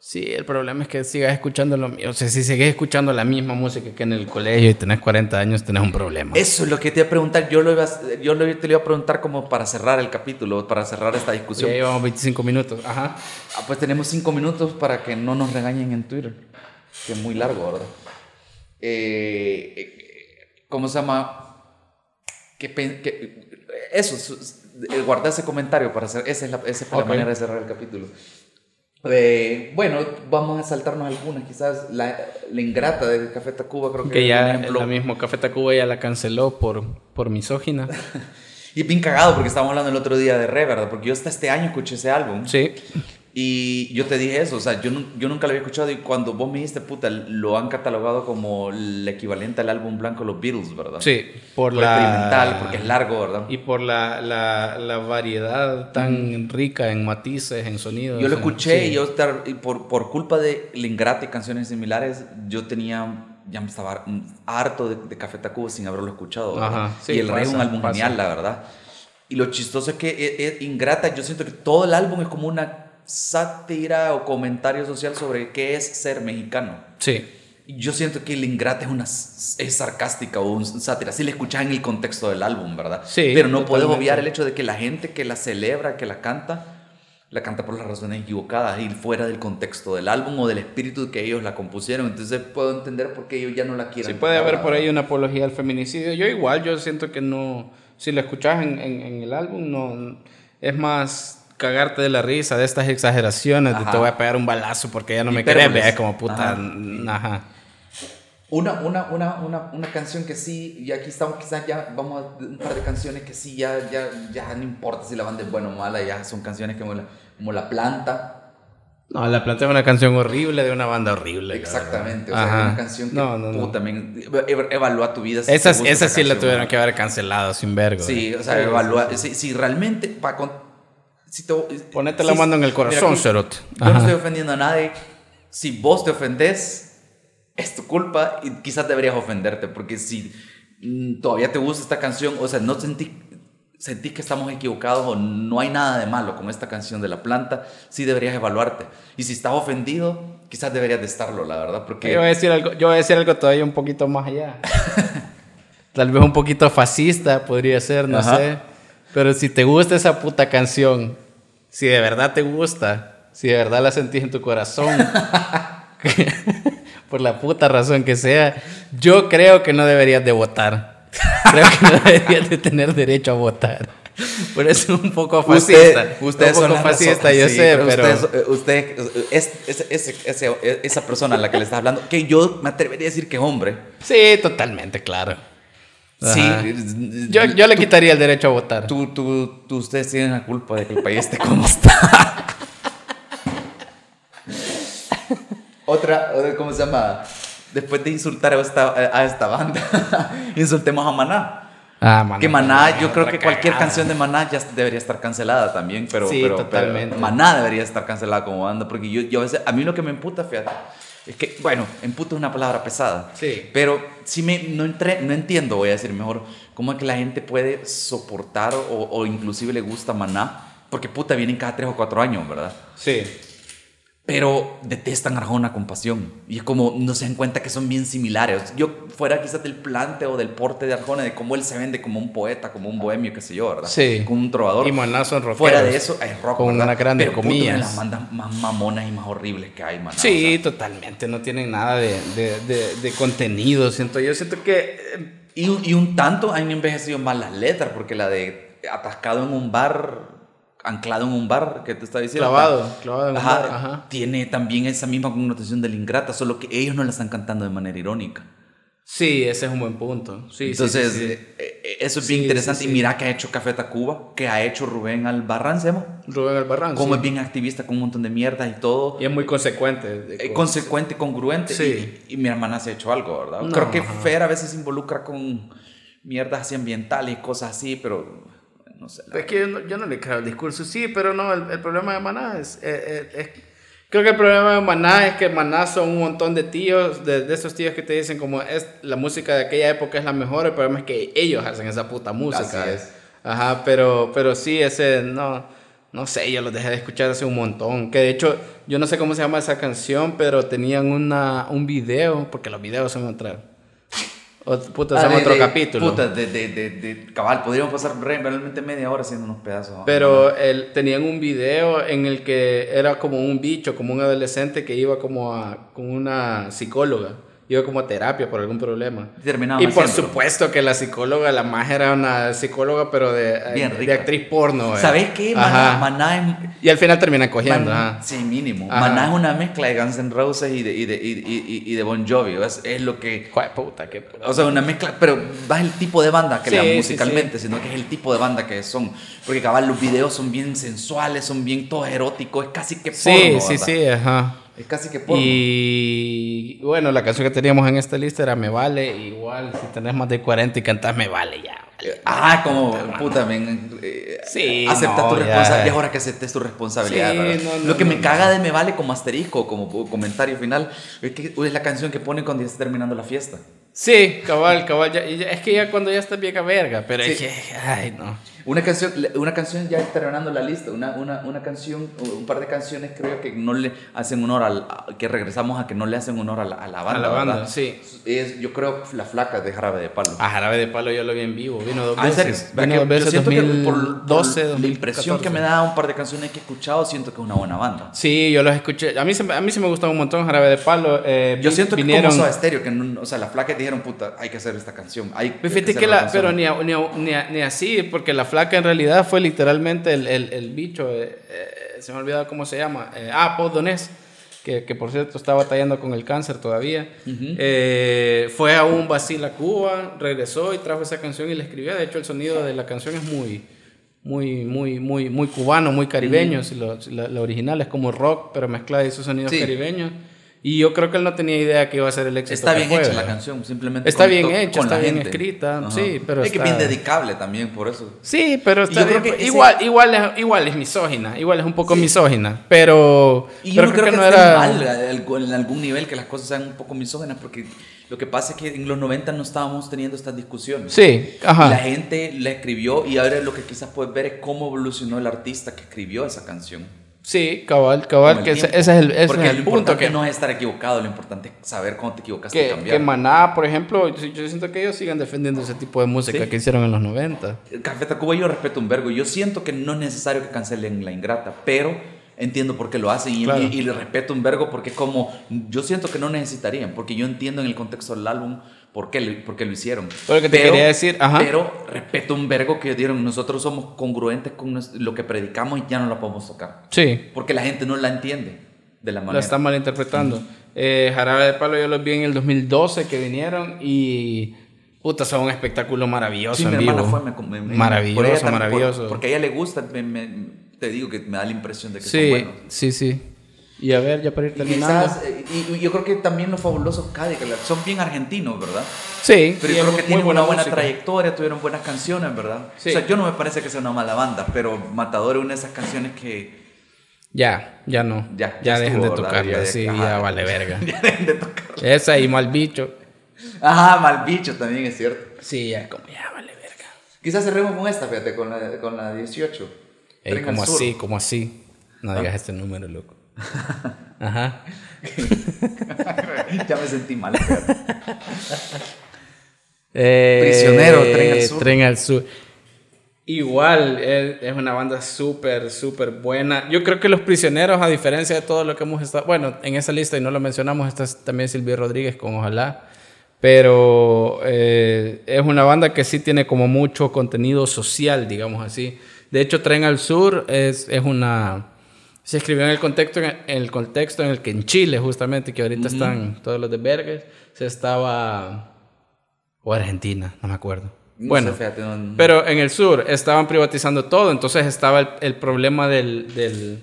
[SPEAKER 2] Sí, el problema es que sigas escuchando lo mismo. O sea, si sigues escuchando la misma música que en el colegio y tenés 40 años, tenés un problema.
[SPEAKER 1] Eso es lo que te iba a preguntar. Yo, lo iba a- yo lo- te lo iba a preguntar como para cerrar el capítulo, para cerrar esta discusión.
[SPEAKER 2] Ya llevamos 25 minutos. Ajá.
[SPEAKER 1] Ah, pues tenemos cinco minutos para que no nos regañen en Twitter, que es muy largo, ¿verdad? Eh, eh, ¿Cómo se llama? Que, pen- que- eso, su- eh, guardar ese comentario para hacer. Esa es la, esa es la
[SPEAKER 2] Ok.
[SPEAKER 1] manera de cerrar el capítulo. Eh, bueno, vamos a saltarnos algunas, quizás la, la ingrata de Café Tacuba, creo que,
[SPEAKER 2] Que
[SPEAKER 1] es
[SPEAKER 2] ya
[SPEAKER 1] un
[SPEAKER 2] lo mismo Café Tacuba ya la canceló por, por misógina.
[SPEAKER 1] Y bien cagado porque estábamos hablando el otro día de Re, ¿verdad? Porque yo hasta este año escuché ese álbum.
[SPEAKER 2] Sí.
[SPEAKER 1] Y yo te dije eso, o sea, yo, nun- yo nunca lo había escuchado y cuando vos me dijiste, puta, lo han catalogado como el equivalente al álbum blanco de los Beatles, ¿verdad?
[SPEAKER 2] Sí. Por,
[SPEAKER 1] Por
[SPEAKER 2] la...
[SPEAKER 1] experimental, porque es largo, ¿verdad?
[SPEAKER 2] Y por la, la, la variedad tan rica en matices, en sonidos.
[SPEAKER 1] yo lo
[SPEAKER 2] en-
[SPEAKER 1] escuché
[SPEAKER 2] sí.
[SPEAKER 1] y, yo, tar- y por, por culpa de Lingrata y canciones similares, yo tenía, ya me estaba harto de, de Café Tacuba sin haberlo escuchado. ¿verdad?
[SPEAKER 2] Ajá, sí,
[SPEAKER 1] y el Rey es un
[SPEAKER 2] pasa,
[SPEAKER 1] álbum
[SPEAKER 2] pasa.
[SPEAKER 1] genial, la verdad. Y lo chistoso es que eh, eh, Ingrata, yo siento que todo el álbum es como una sátira o comentario social sobre qué es ser mexicano.
[SPEAKER 2] Sí.
[SPEAKER 1] Yo siento que el ingrata es una es sarcástica o un sátira. Sí la escuchas en el contexto del álbum, ¿verdad?
[SPEAKER 2] Sí,
[SPEAKER 1] Pero no puedes
[SPEAKER 2] totalmente.
[SPEAKER 1] obviar el hecho de que la gente que la celebra, que la canta, la canta por las razones equivocadas y fuera del contexto del álbum o del espíritu que ellos la compusieron. Entonces puedo entender por qué ellos ya no la quieren.
[SPEAKER 2] Sí puede
[SPEAKER 1] tocar,
[SPEAKER 2] haber por
[SPEAKER 1] ¿verdad?
[SPEAKER 2] ahí una apología al feminicidio. Yo igual, yo siento que no... Si lo escuchas en, en- en el álbum, no... Es más cagarte de la risa, de estas exageraciones, de
[SPEAKER 1] Ajá.
[SPEAKER 2] te voy a pegar un balazo porque ya no me querés,
[SPEAKER 1] Hipérboles.
[SPEAKER 2] vea como puta,
[SPEAKER 1] Ajá.
[SPEAKER 2] n- ajá.
[SPEAKER 1] Una, una, una, una, una canción que sí, y aquí estamos, quizás ya vamos a un par de canciones que sí, ya, ya, ya no importa si la banda es buena o mala, ya son canciones que como la, como la planta.
[SPEAKER 2] No, la planta es una canción horrible de una banda horrible. la
[SPEAKER 1] Exactamente, o
[SPEAKER 2] verdad.
[SPEAKER 1] sea, es
[SPEAKER 2] Ajá.
[SPEAKER 1] una canción que
[SPEAKER 2] No, no, no.
[SPEAKER 1] puta, también ev- evalúa tu vida. si
[SPEAKER 2] Esas-
[SPEAKER 1] te gusta
[SPEAKER 2] esa
[SPEAKER 1] esa
[SPEAKER 2] sí la
[SPEAKER 1] canción,
[SPEAKER 2] tuvieron
[SPEAKER 1] ¿no?
[SPEAKER 2] que haber cancelado sin vergo.
[SPEAKER 1] Sí,
[SPEAKER 2] eh.
[SPEAKER 1] o sea, evalúa. Si, si realmente. Pa, con, si te,
[SPEAKER 2] Ponete
[SPEAKER 1] si-
[SPEAKER 2] la mano en el
[SPEAKER 1] mira,
[SPEAKER 2] corazón,
[SPEAKER 1] aquí,
[SPEAKER 2] Cerote.
[SPEAKER 1] Yo no
[SPEAKER 2] Ajá.
[SPEAKER 1] estoy ofendiendo a nadie. Si vos te ofendés, es tu culpa y quizás deberías ofenderte. Porque si mm, todavía te gusta esta canción, o sea, no sentís sentís que estamos equivocados o no hay nada de malo con esta canción de la planta, sí deberías evaluarte. Y si estás ofendido, quizás deberías de estarlo, la verdad. Porque
[SPEAKER 2] Yo voy, a decir algo, yo voy a decir algo todavía un poquito más allá. Tal vez un poquito fascista podría ser, no
[SPEAKER 1] Ajá.
[SPEAKER 2] sé. Pero si te gusta esa puta canción, si de verdad te gusta, si de verdad la sentís en tu corazón, por la puta razón que sea, yo creo que no deberías de votar. Creo que no deberías de tener derecho a votar. Por eso es un poco fascista.
[SPEAKER 1] Usted, usted
[SPEAKER 2] un poco fascista, yo sé, pero...
[SPEAKER 1] Usted, es, es- es- ese- esa persona a la que le está hablando, que yo me atrevería a decir que es hombre.
[SPEAKER 2] Sí, totalmente, claro. Ajá.
[SPEAKER 1] Sí.
[SPEAKER 2] Yo, yo le quitaría el derecho a votar.
[SPEAKER 1] Tú, tú, tú, ustedes tienen la culpa de que el país esté como está. Otra, otra, ¿cómo se llama? Después de insultar a esta, a esta banda, insultemos a Maná.
[SPEAKER 2] Ah, Maná.
[SPEAKER 1] Que Maná, yo creo que
[SPEAKER 2] otra
[SPEAKER 1] cualquier
[SPEAKER 2] cagada.
[SPEAKER 1] canción de Maná ya debería estar cancelada también, pero,
[SPEAKER 2] Sí,
[SPEAKER 1] pero-
[SPEAKER 2] totalmente.
[SPEAKER 1] pero Maná debería estar cancelada como banda, porque yo, yo a veces, a mí lo que me emputa, fíjate, es que, bueno, emputa es una palabra pesada,
[SPEAKER 2] Sí.
[SPEAKER 1] pero si me, no, entre, no entiendo, voy a decir mejor, cómo es que la gente puede soportar o, o inclusive le gusta Maná, porque puta, vienen cada tres o cuatro años, ¿verdad?
[SPEAKER 2] Sí.
[SPEAKER 1] pero detestan Arjona con pasión. Y es como, no se dan cuenta que son bien similares. Yo fuera quizás del plante o del porte de Arjona, de cómo él se vende como un poeta, como un bohemio, qué sé yo, ¿verdad?
[SPEAKER 2] Sí.
[SPEAKER 1] Como un trovador.
[SPEAKER 2] Y Maná son rockeros.
[SPEAKER 1] Fuera de eso, es rock,
[SPEAKER 2] Con
[SPEAKER 1] ¿verdad?
[SPEAKER 2] unas grandes
[SPEAKER 1] Pero, puta, una
[SPEAKER 2] comillas.
[SPEAKER 1] de las bandas más mamonas y más horribles que hay, maná.
[SPEAKER 2] Sí,
[SPEAKER 1] o sea.
[SPEAKER 2] totalmente. No tienen nada de, de- de- de contenido. Siento yo, siento que. eh,
[SPEAKER 1] y, un- y un tanto han envejecido más las letras, porque la de atascado en un bar, anclado en un bar, que te está diciendo.
[SPEAKER 2] Clavado, clavado en un
[SPEAKER 1] Ajá,
[SPEAKER 2] bar, ajá.
[SPEAKER 1] Tiene también esa misma connotación del ingrata, solo que ellos no la están cantando de manera irónica.
[SPEAKER 2] Sí, ese es un buen punto. Sí, sí,
[SPEAKER 1] Entonces,
[SPEAKER 2] sí, sí.
[SPEAKER 1] eh, eh, eso es bien
[SPEAKER 2] Sí,
[SPEAKER 1] interesante.
[SPEAKER 2] sí, sí.
[SPEAKER 1] Y mira que ha hecho Café Tacuba, que ha hecho Rubén Albarrán, ¿se llama?
[SPEAKER 2] Rubén Albarrán.
[SPEAKER 1] Como
[SPEAKER 2] Ah, sí.
[SPEAKER 1] es bien activista con un montón de mierdas y todo.
[SPEAKER 2] Y es muy consecuente. de-
[SPEAKER 1] eh, consecuente, congruente.
[SPEAKER 2] Sí.
[SPEAKER 1] Y, y mi hermana se ha hecho algo, ¿verdad?
[SPEAKER 2] No,
[SPEAKER 1] Creo que
[SPEAKER 2] ajá.
[SPEAKER 1] Fer a veces se involucra con mierdas así ambientales y cosas así, pero no sé. la-
[SPEAKER 2] Es que yo no, yo no le creo al discurso, sí, pero no, el, el problema de Maná es, eh, eh, es- Creo que el problema de Maná es que Maná son un montón de tíos, de, de esos tíos que te dicen como es la música de aquella época es la mejor, el problema es que ellos hacen esa puta música.
[SPEAKER 1] Así es.
[SPEAKER 2] Ajá, pero, pero sí, ese no, no sé, yo los dejé de escuchar hace un montón. Que de hecho, yo no sé cómo se llama esa canción, pero tenían una, un video, porque los videos son otra. ot- puta,
[SPEAKER 1] Ah,
[SPEAKER 2] son
[SPEAKER 1] de-
[SPEAKER 2] otro
[SPEAKER 1] de-
[SPEAKER 2] capítulo.
[SPEAKER 1] Puta, de, de, de, de- cabal, podríamos pasar re- realmente media hora haciendo unos pedazos.
[SPEAKER 2] Pero el- tenían un video en el que era como un bicho, como un adolescente que iba como a, con una psicóloga, iba como a terapia por algún problema.
[SPEAKER 1] Y terminaban
[SPEAKER 2] y por
[SPEAKER 1] haciéndolo.
[SPEAKER 2] supuesto que la psicóloga, la más era una psicóloga, pero de, eh,
[SPEAKER 1] Bien
[SPEAKER 2] de
[SPEAKER 1] rica.
[SPEAKER 2] actriz porno. eh.
[SPEAKER 1] ¿Sabes qué?
[SPEAKER 2] Ajá.
[SPEAKER 1] Maná, Maná es-
[SPEAKER 2] Y al final terminan cogiendo.
[SPEAKER 1] Man-
[SPEAKER 2] ajá.
[SPEAKER 1] Sí, mínimo.
[SPEAKER 2] Ajá.
[SPEAKER 1] Maná es una mezcla de Guns N' Roses y de, y de, y, y- y- y de Bon Jovi. Es, es lo que.
[SPEAKER 2] Hijo de puta, qué puta.
[SPEAKER 1] O sea, una mezcla, pero no es el tipo de banda que
[SPEAKER 2] Sí,
[SPEAKER 1] le
[SPEAKER 2] sí,
[SPEAKER 1] dan musicalmente, sino que es el tipo de banda que son. Porque cabal, los videos son bien sensuales, son bien todos eróticos, es casi que
[SPEAKER 2] Sí,
[SPEAKER 1] porno.
[SPEAKER 2] sí,
[SPEAKER 1] ¿verdad?
[SPEAKER 2] sí, ajá.
[SPEAKER 1] Es casi que porno.
[SPEAKER 2] Y bueno, la canción que teníamos en esta lista era Me Vale. Igual, si tenés más de 40 y cantás Me Vale, ya.
[SPEAKER 1] Ah, como puta, men. eh,
[SPEAKER 2] Sí,
[SPEAKER 1] Acepta
[SPEAKER 2] no,
[SPEAKER 1] tu
[SPEAKER 2] ya.
[SPEAKER 1] responsabilidad. Y ahora que aceptes tu responsabilidad.
[SPEAKER 2] Sí,
[SPEAKER 1] ¿verdad?
[SPEAKER 2] no, no,
[SPEAKER 1] Lo que
[SPEAKER 2] no,
[SPEAKER 1] me
[SPEAKER 2] no.
[SPEAKER 1] caga de me vale como asterisco, como comentario final, es que es la canción que pone cuando ya está terminando la fiesta.
[SPEAKER 2] Sí, cabal, cabal. ya- ya- es que ya cuando ya estás vieja verga, pero es
[SPEAKER 1] Sí.
[SPEAKER 2] que, ay, no.
[SPEAKER 1] Una canción, una canción ya terminando la lista, una, una, una canción, un par de canciones creo que no le hacen honor al, a- que regresamos a que no le hacen honor a la, a la banda.
[SPEAKER 2] A la banda,
[SPEAKER 1] ¿verdad?
[SPEAKER 2] sí.
[SPEAKER 1] Es, yo creo que la flaca de Jarabe de Palo.
[SPEAKER 2] A Jarabe de Palo yo lo vi en vivo, vino dos
[SPEAKER 1] Ah, en serio,
[SPEAKER 2] veces.
[SPEAKER 1] vea
[SPEAKER 2] Vino
[SPEAKER 1] que
[SPEAKER 2] dos
[SPEAKER 1] yo
[SPEAKER 2] veces,
[SPEAKER 1] siento que por- por
[SPEAKER 2] 2012,
[SPEAKER 1] la impresión que
[SPEAKER 2] 2014.
[SPEAKER 1] me da un par de canciones que he escuchado, siento que es una buena banda.
[SPEAKER 2] Sí, yo los escuché. A mí, se, me- a mí se me gustó un montón Jarabe de Palo. eh,
[SPEAKER 1] Yo
[SPEAKER 2] vi-
[SPEAKER 1] siento que
[SPEAKER 2] vinieron,
[SPEAKER 1] como Soda Stereo, que no- o sea, las flacas dijeron, puta, hay que hacer esta canción. Hay
[SPEAKER 2] Pues
[SPEAKER 1] hay
[SPEAKER 2] Fíjate
[SPEAKER 1] hacer
[SPEAKER 2] que
[SPEAKER 1] una
[SPEAKER 2] la,
[SPEAKER 1] canción".
[SPEAKER 2] pero ni, a- ni, a- ni, a- ni así, porque la flaca en realidad fue literalmente el, el, el bicho, eh, eh, se me ha olvidado cómo se llama, eh, ah, Paul Donés, que, que por cierto está batallando con el cáncer todavía, Eh, fue a un vacil a Cuba, regresó y trajo esa canción y la escribió, de hecho el sonido de la canción es muy, muy, muy, muy, muy cubano, muy caribeño, si lo- si la, la original es como rock, pero mezclada de esos sonidos
[SPEAKER 1] Sí.
[SPEAKER 2] caribeños, y yo creo que él no tenía idea que iba a ser el éxito
[SPEAKER 1] Está
[SPEAKER 2] que
[SPEAKER 1] bien
[SPEAKER 2] fue,
[SPEAKER 1] hecha la
[SPEAKER 2] ¿verdad?
[SPEAKER 1] canción, simplemente.
[SPEAKER 2] Está
[SPEAKER 1] con-
[SPEAKER 2] bien
[SPEAKER 1] con-
[SPEAKER 2] hecha,
[SPEAKER 1] con
[SPEAKER 2] está
[SPEAKER 1] la
[SPEAKER 2] bien
[SPEAKER 1] gente.
[SPEAKER 2] escrita,
[SPEAKER 1] Ajá.
[SPEAKER 2] sí, pero
[SPEAKER 1] Es que
[SPEAKER 2] está-
[SPEAKER 1] bien dedicable también, por eso.
[SPEAKER 2] Sí, pero está
[SPEAKER 1] yo
[SPEAKER 2] bien,
[SPEAKER 1] creo
[SPEAKER 2] pues,
[SPEAKER 1] que ese-
[SPEAKER 2] igual, igual, es, igual es misógina, igual es un poco misógina, pero,
[SPEAKER 1] Y yo
[SPEAKER 2] pero
[SPEAKER 1] no creo que, no
[SPEAKER 2] era...
[SPEAKER 1] mal a- algo- en algún nivel que las cosas sean un poco misógenas, porque lo que pasa es que en los 90 no estábamos teniendo estas discusiones.
[SPEAKER 2] Sí,
[SPEAKER 1] La
[SPEAKER 2] ajá.
[SPEAKER 1] gente la escribió y ahora lo que quizás puedes ver es cómo evolucionó el artista que escribió esa canción.
[SPEAKER 2] Sí, cabal,
[SPEAKER 1] con
[SPEAKER 2] cabal,
[SPEAKER 1] el
[SPEAKER 2] que ese,
[SPEAKER 1] tiempo.
[SPEAKER 2] ese es el, ese
[SPEAKER 1] Porque
[SPEAKER 2] es el
[SPEAKER 1] lo
[SPEAKER 2] punto
[SPEAKER 1] importante
[SPEAKER 2] que,
[SPEAKER 1] no es estar equivocado, lo importante es saber cuándo te equivocaste y
[SPEAKER 2] que,
[SPEAKER 1] cambiar.
[SPEAKER 2] que Maná, por ejemplo, yo, yo siento que ellos sigan defendiendo ese tipo de música
[SPEAKER 1] Sí.
[SPEAKER 2] que hicieron en los 90.
[SPEAKER 1] Café Tacuba yo respeto un vergo. Yo siento que no es necesario que cancelen La Ingrata, pero entiendo por qué lo hacen y,
[SPEAKER 2] Claro.
[SPEAKER 1] y- y le respeto un vergo porque es como, yo siento que no necesitarían, porque yo entiendo en el contexto del álbum por qué, lo- por qué lo hicieron.
[SPEAKER 2] Pero lo que te quería decir, ajá.
[SPEAKER 1] Pero respeto un vergo que dieron, nosotros somos congruentes con nos- lo que predicamos y ya no lo podemos tocar,
[SPEAKER 2] Sí,
[SPEAKER 1] porque la gente no la entiende de la
[SPEAKER 2] la
[SPEAKER 1] manera.
[SPEAKER 2] están malinterpretando. Eh, Jarabe de Palo yo los vi en el 2012 que vinieron y... Puta, son un espectáculo maravilloso
[SPEAKER 1] Sí,
[SPEAKER 2] en
[SPEAKER 1] mi hermana
[SPEAKER 2] vivo.
[SPEAKER 1] fue, me- me- me-
[SPEAKER 2] maravilloso,
[SPEAKER 1] por ella también, por-
[SPEAKER 2] maravilloso.
[SPEAKER 1] porque a ella le gusta, me- me- te digo que me da la impresión de que son
[SPEAKER 2] Sí,
[SPEAKER 1] buenos.
[SPEAKER 2] sí, sí. Y a ver, ya para ir
[SPEAKER 1] Y
[SPEAKER 2] terminando.
[SPEAKER 1] quizás, eh, y, y yo creo que también los fabulosos Cadillacs son bien argentinos, ¿verdad?
[SPEAKER 2] Sí,
[SPEAKER 1] Pero
[SPEAKER 2] sí,
[SPEAKER 1] yo
[SPEAKER 2] es
[SPEAKER 1] creo
[SPEAKER 2] muy
[SPEAKER 1] que tienen una buena
[SPEAKER 2] música.
[SPEAKER 1] trayectoria, tuvieron buenas canciones, ¿verdad?
[SPEAKER 2] Sí.
[SPEAKER 1] O sea, yo no me parece que sea una mala banda, pero Matador es una de esas canciones que
[SPEAKER 2] Ya, ya no. Ya,
[SPEAKER 1] Ya,
[SPEAKER 2] ya,
[SPEAKER 1] ya
[SPEAKER 2] dejen de
[SPEAKER 1] estuvo, ¿verdad?
[SPEAKER 2] tocarla,
[SPEAKER 1] Ya de-
[SPEAKER 2] sí,
[SPEAKER 1] ajá.
[SPEAKER 2] ya vale verga.
[SPEAKER 1] ya deben de tocar.
[SPEAKER 2] Esa y mal bicho.
[SPEAKER 1] Ajá, mal bicho también es cierto.
[SPEAKER 2] Sí, ya como ya vale verga.
[SPEAKER 1] Quizás cerremos con esta, fíjate, con la, con la 18.
[SPEAKER 2] Ey,
[SPEAKER 1] Tren al
[SPEAKER 2] como
[SPEAKER 1] Sur. Ah.
[SPEAKER 2] así, como así. No digas este número, loco. Ajá.
[SPEAKER 1] ya me sentí mal.
[SPEAKER 2] Eh,
[SPEAKER 1] Prisionero, Tren al Sur.
[SPEAKER 2] Tren al Sur. Igual, eh, es, es una banda súper, súper buena. Yo creo que Los Prisioneros, a diferencia de todo lo que hemos estado... Bueno, en esa lista, y no lo mencionamos, está también Silvio Rodríguez con Ojalá. Pero eh, es una banda que sí tiene como mucho contenido social, digamos así. De hecho, Tren al Sur es, es una... Se escribió en el contexto en el, en el contexto en el que en Chile, justamente, que ahorita están todos los de Berges, se estaba... O Argentina, no me acuerdo.
[SPEAKER 1] No
[SPEAKER 2] bueno,
[SPEAKER 1] sé, fíjate, no- no-
[SPEAKER 2] pero en el sur estaban privatizando todo, entonces estaba el, el problema del, del,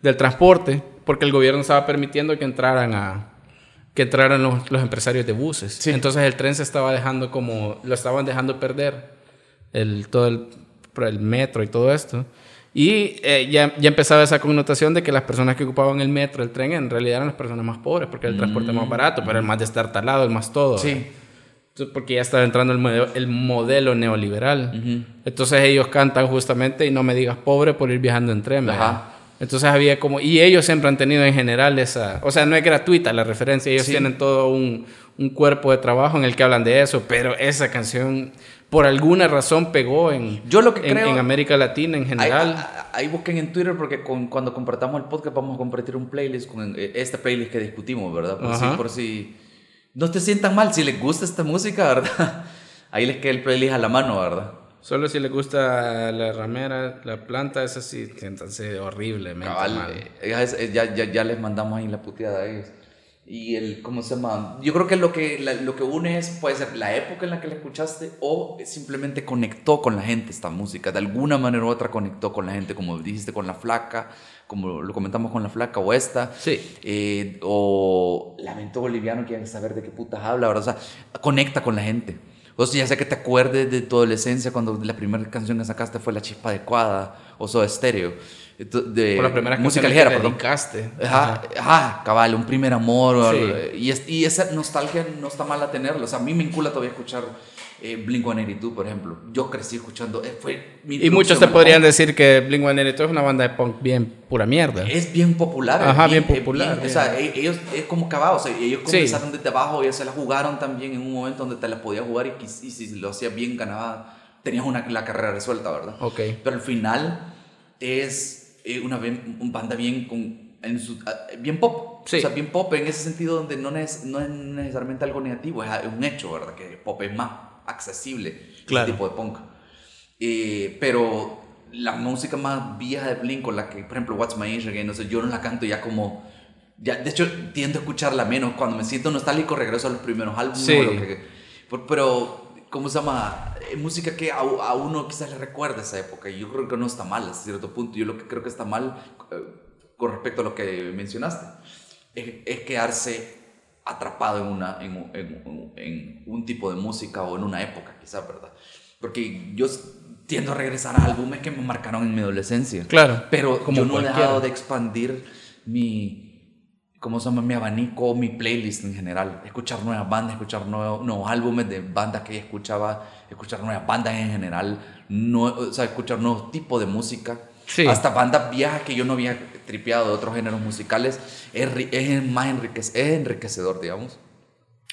[SPEAKER 2] del transporte, porque el gobierno estaba permitiendo que entraran a que entraran los, los empresarios de buses. Entonces el tren se estaba dejando como lo estaban dejando perder el todo el, por el metro y todo esto. Y eh, ya, ya empezaba esa connotación de que las personas que ocupaban el metro, el tren, en realidad eran las personas más pobres, porque era el transporte más barato, pero el más destartalado, el más todo. ¿verdad?
[SPEAKER 1] Mm. Sí.
[SPEAKER 2] Entonces, porque ya estaba entrando el modelo, el modelo neoliberal.
[SPEAKER 1] Ujú.
[SPEAKER 2] Entonces ellos cantan justamente y no me digas pobre por ir viajando en tren. ¿verdad?
[SPEAKER 1] Ajá.
[SPEAKER 2] Entonces había como... Y ellos siempre han tenido en general esa... O sea, no es gratuita la referencia. Ellos
[SPEAKER 1] Sí.
[SPEAKER 2] tienen todo un, un cuerpo de trabajo en el que hablan de eso. Pero esa canción por alguna razón pegó en,
[SPEAKER 1] Yo lo que
[SPEAKER 2] en,
[SPEAKER 1] creo- ah,
[SPEAKER 2] en América Latina en
[SPEAKER 1] Ahí,
[SPEAKER 2] general.
[SPEAKER 1] a- ahí busquen en Twitter porque con- cuando compartamos el podcast vamos a compartir un playlist con eh, esta playlist que discutimos, ¿verdad? Por si,
[SPEAKER 2] Ajá.
[SPEAKER 1] por si no te sientan mal, si les gusta esta música, ¿verdad? Ahí les queda el playlist a la mano, ¿verdad?
[SPEAKER 2] Solo si les gusta la ramera, la planta, esa sí, siéntanse horriblemente mal.
[SPEAKER 1] Cabal, eh, ya, es- eh, ya, ya, ya les mandamos ahí la puteada a ellos. Y el, ¿cómo se llama? Yo creo que lo que, la- lo que une es, puede ser la época en la que la escuchaste o simplemente conectó con la gente esta música. De alguna manera u otra conectó con la gente, como dijiste con La Flaca, como lo comentamos con La Flaca o esta.
[SPEAKER 2] Sí.
[SPEAKER 1] Eh, o Lamento Boliviano, quieren saber de qué putas habla, ¿verdad? O sea, conecta con la gente. O sea, ya sea que te acuerdes de tu adolescencia cuando la primera canción que sacaste fue La Chispa Adecuada o Soda Stereo. Ento- De,
[SPEAKER 2] Por la primera
[SPEAKER 1] música
[SPEAKER 2] canción
[SPEAKER 1] ligera,
[SPEAKER 2] que te
[SPEAKER 1] perdón.
[SPEAKER 2] dedicaste.
[SPEAKER 1] Ajá, ajá, cabal, un primer amor. o
[SPEAKER 2] Sí.
[SPEAKER 1] algo. Y, es- y esa nostalgia no está mala tenerla. O sea, a mí me encula todavía escuchar eh, Blink-182, por ejemplo. Yo crecí escuchando. eh, fue mi
[SPEAKER 2] Y muchos
[SPEAKER 1] introducción
[SPEAKER 2] te
[SPEAKER 1] al
[SPEAKER 2] podrían
[SPEAKER 1] punk.
[SPEAKER 2] decir que Blink-182 es una banda de punk bien pura mierda.
[SPEAKER 1] Es bien popular.
[SPEAKER 2] Ajá,
[SPEAKER 1] es
[SPEAKER 2] bien
[SPEAKER 1] es
[SPEAKER 2] popular,
[SPEAKER 1] bien- o sea, e- ellos es como cabal, o sea, ellos
[SPEAKER 2] Sí.
[SPEAKER 1] comenzaron desde abajo, ellos se la jugaron también en un momento donde te la podías jugar y, quis- y si lo hacías bien ganaba, tenías una, la carrera resuelta, ¿verdad?
[SPEAKER 2] Ok.
[SPEAKER 1] Pero al final es eh, una bien- un banda bien con en su- ah, bien pop.
[SPEAKER 2] Sí.
[SPEAKER 1] O sea, bien pop en ese sentido donde no, neces- no es necesariamente algo negativo, es un hecho, ¿verdad? Que el pop es más accesible
[SPEAKER 2] Claro.
[SPEAKER 1] ese tipo de punk. Eh, pero la música más vieja de Blink, con la que, por ejemplo, What's My Age Again, no sé, yo no la canto ya como. Ya, de hecho, tiendo a escucharla menos. Cuando me siento nostálgico, regreso a los primeros álbumes.
[SPEAKER 2] Sí.
[SPEAKER 1] o lo que- por- pero, ¿cómo se llama? Eh, Música que a, a uno quizás le recuerda esa época. Y yo creo que no está mal a cierto punto. Yo lo que creo que está mal eh, con respecto a lo que mencionaste es, es quedarse atrapado en, una, en, un- en un- en un tipo de música o en una época, quizás, ¿verdad? Porque yo s- tiendo a regresar a álbumes que me marcaron en mi adolescencia.
[SPEAKER 2] Claro,
[SPEAKER 1] Pero
[SPEAKER 2] como
[SPEAKER 1] yo no he
[SPEAKER 2] cualquiera.
[SPEAKER 1] dejado de expandir mi, ¿cómo se llama? Mi abanico, mi playlist en general. Escuchar nuevas bandas, escuchar nuevo- nuevos álbumes de bandas que ya escuchaba, escuchar nuevas bandas en general, no, o sea, escuchar nuevos tipos de música.
[SPEAKER 2] Sí.
[SPEAKER 1] Hasta bandas viejas que yo no había tripeado de otros géneros musicales. Es, ri- es más enriquec- es enriquecedor, digamos.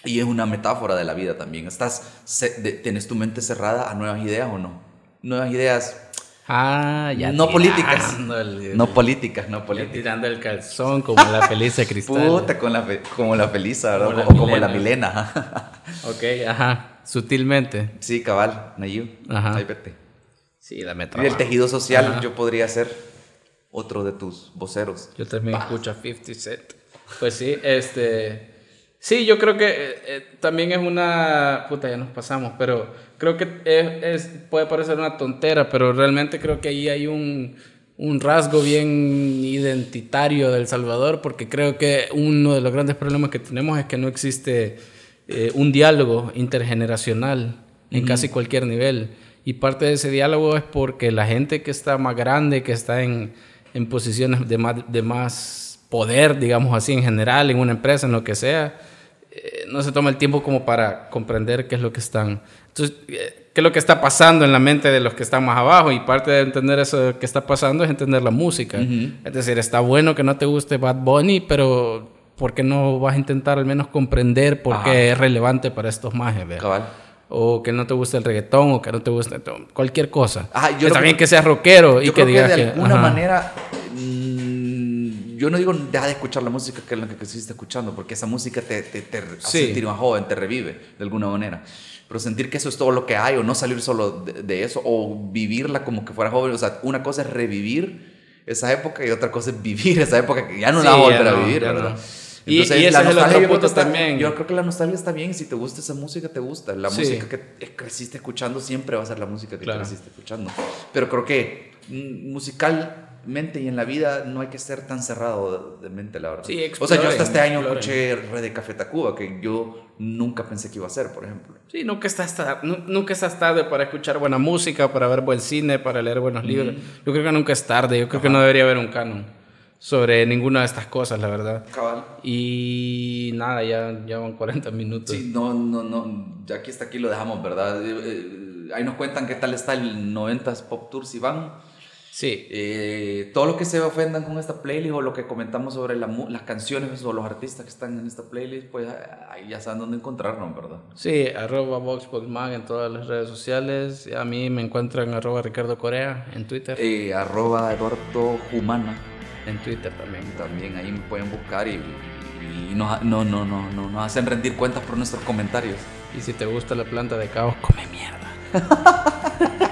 [SPEAKER 1] Y es una metáfora de la vida también. Estás, ce- de- ¿Tienes tu mente cerrada a nuevas ideas o no? Nuevas ideas, eh,
[SPEAKER 2] Ah, ya.
[SPEAKER 1] No
[SPEAKER 2] tirando
[SPEAKER 1] políticas.
[SPEAKER 2] el-
[SPEAKER 1] no políticas, no
[SPEAKER 2] ya
[SPEAKER 1] políticas.
[SPEAKER 2] tirando el calzón como la feliz de cristal.
[SPEAKER 1] Puta, con la fe- como la Felisa, ¿verdad?
[SPEAKER 2] Como la
[SPEAKER 1] o como la
[SPEAKER 2] Milena.
[SPEAKER 1] Milena. ajá.
[SPEAKER 2] Ok, ajá. Sutilmente.
[SPEAKER 1] sí, cabal, Nayu.
[SPEAKER 2] Ajá.
[SPEAKER 1] Ahí vete.
[SPEAKER 2] Sí, dame
[SPEAKER 1] Y el
[SPEAKER 2] trabajo.
[SPEAKER 1] tejido social,
[SPEAKER 2] Ajá.
[SPEAKER 1] yo podría ser otro de tus voceros.
[SPEAKER 2] Yo también escucho a 50 Cent. Pues sí, este. Sí, yo creo que eh, eh, también es una. Puta, ya nos pasamos, pero creo que es, es- puede parecer una tontera, pero realmente creo que ahí hay un, un rasgo bien identitario del Salvador, porque creo que uno de los grandes problemas que tenemos es que no existe eh, un diálogo intergeneracional en casi cualquier nivel. Y parte de ese diálogo es porque la gente que está más grande, que está en, en posiciones de más, de más poder, digamos así, en general, en una empresa, en lo que sea, eh, no se toma el tiempo como para comprender qué es lo que están, entonces, eh, qué es lo que está pasando en la mente de los que están más abajo y parte de entender eso que está pasando es entender la música.
[SPEAKER 1] Ujú.
[SPEAKER 2] Es decir, está bueno que no te guste Bad Bunny, pero ¿por qué no vas a intentar al menos comprender por qué es relevante para estos majes? verdad?
[SPEAKER 1] Cabal.
[SPEAKER 2] O que no te gusta el reggaetón, o que no te gusta cualquier cosa.
[SPEAKER 1] Ah, yo
[SPEAKER 2] Que
[SPEAKER 1] lo-
[SPEAKER 2] también que seas rockero y
[SPEAKER 1] yo
[SPEAKER 2] que
[SPEAKER 1] creo
[SPEAKER 2] digas
[SPEAKER 1] que de alguna
[SPEAKER 2] ajá.
[SPEAKER 1] manera mm, yo no digo deja de escuchar la música que es la que estuviste escuchando porque esa música te, te, te hace
[SPEAKER 2] Sí.
[SPEAKER 1] sentir más joven te revive de alguna manera pero sentir que eso es todo lo que hay o no salir solo de, de eso o vivirla como que fuera joven o sea una cosa es revivir esa época y otra cosa es vivir esa época que ya no la
[SPEAKER 2] Sí,
[SPEAKER 1] vas a
[SPEAKER 2] ya
[SPEAKER 1] volver
[SPEAKER 2] no,
[SPEAKER 1] a vivir
[SPEAKER 2] ya
[SPEAKER 1] ¿verdad?
[SPEAKER 2] no. Y- y ese es el
[SPEAKER 1] nostalgia
[SPEAKER 2] otro
[SPEAKER 1] yo creo que
[SPEAKER 2] punto
[SPEAKER 1] está-
[SPEAKER 2] también.
[SPEAKER 1] Yo creo que la nostalgia está bien. Si te gusta esa música, te gusta. La
[SPEAKER 2] Sí.
[SPEAKER 1] música que eh, creciste escuchando siempre va a ser la música que
[SPEAKER 2] Claro.
[SPEAKER 1] creciste escuchando. Pero creo que mm, musicalmente y en la vida no hay que ser tan cerrado de de mente, la verdad.
[SPEAKER 2] Sí,
[SPEAKER 1] o sea, yo
[SPEAKER 2] exploren,
[SPEAKER 1] hasta este año
[SPEAKER 2] exploren.
[SPEAKER 1] escuché Red de Café Tacuba, que yo nunca pensé que iba a ser, por ejemplo.
[SPEAKER 2] Sí, nunca estás, ta- nu- nunca estás tarde para escuchar buena música, para ver buen cine, para leer buenos
[SPEAKER 1] Mm.
[SPEAKER 2] libros. Yo creo que nunca es tarde. Yo creo que no debería haber un canon sobre ninguna de estas cosas, la verdad.
[SPEAKER 1] Cabal.
[SPEAKER 2] Y nada, ya, ya van 40 minutos.
[SPEAKER 1] Sí, no, no, no. ya Aquí está aquí lo dejamos, ¿verdad? Eh, eh, ahí nos cuentan qué tal está el 90s Pop Tour si van.
[SPEAKER 2] Sí.
[SPEAKER 1] Eh, todo lo que se ofendan con esta playlist o lo que comentamos sobre la mu- las canciones o los artistas que están en esta playlist, pues ahí ya saben dónde encontrarnos, ¿verdad?
[SPEAKER 2] Sí, arroba VoxBoxMag en todas las redes sociales. A mí me encuentran arroba Ricardo Corea en Twitter.
[SPEAKER 1] Eh, arroba Eduardo Humana,
[SPEAKER 2] En Twitter también.
[SPEAKER 1] también ahí me pueden buscar y, y- y nos, no, no, no, no, nos hacen rendir cuentas por nuestros comentarios.
[SPEAKER 2] Y si te gusta la planta de caos, come mierda.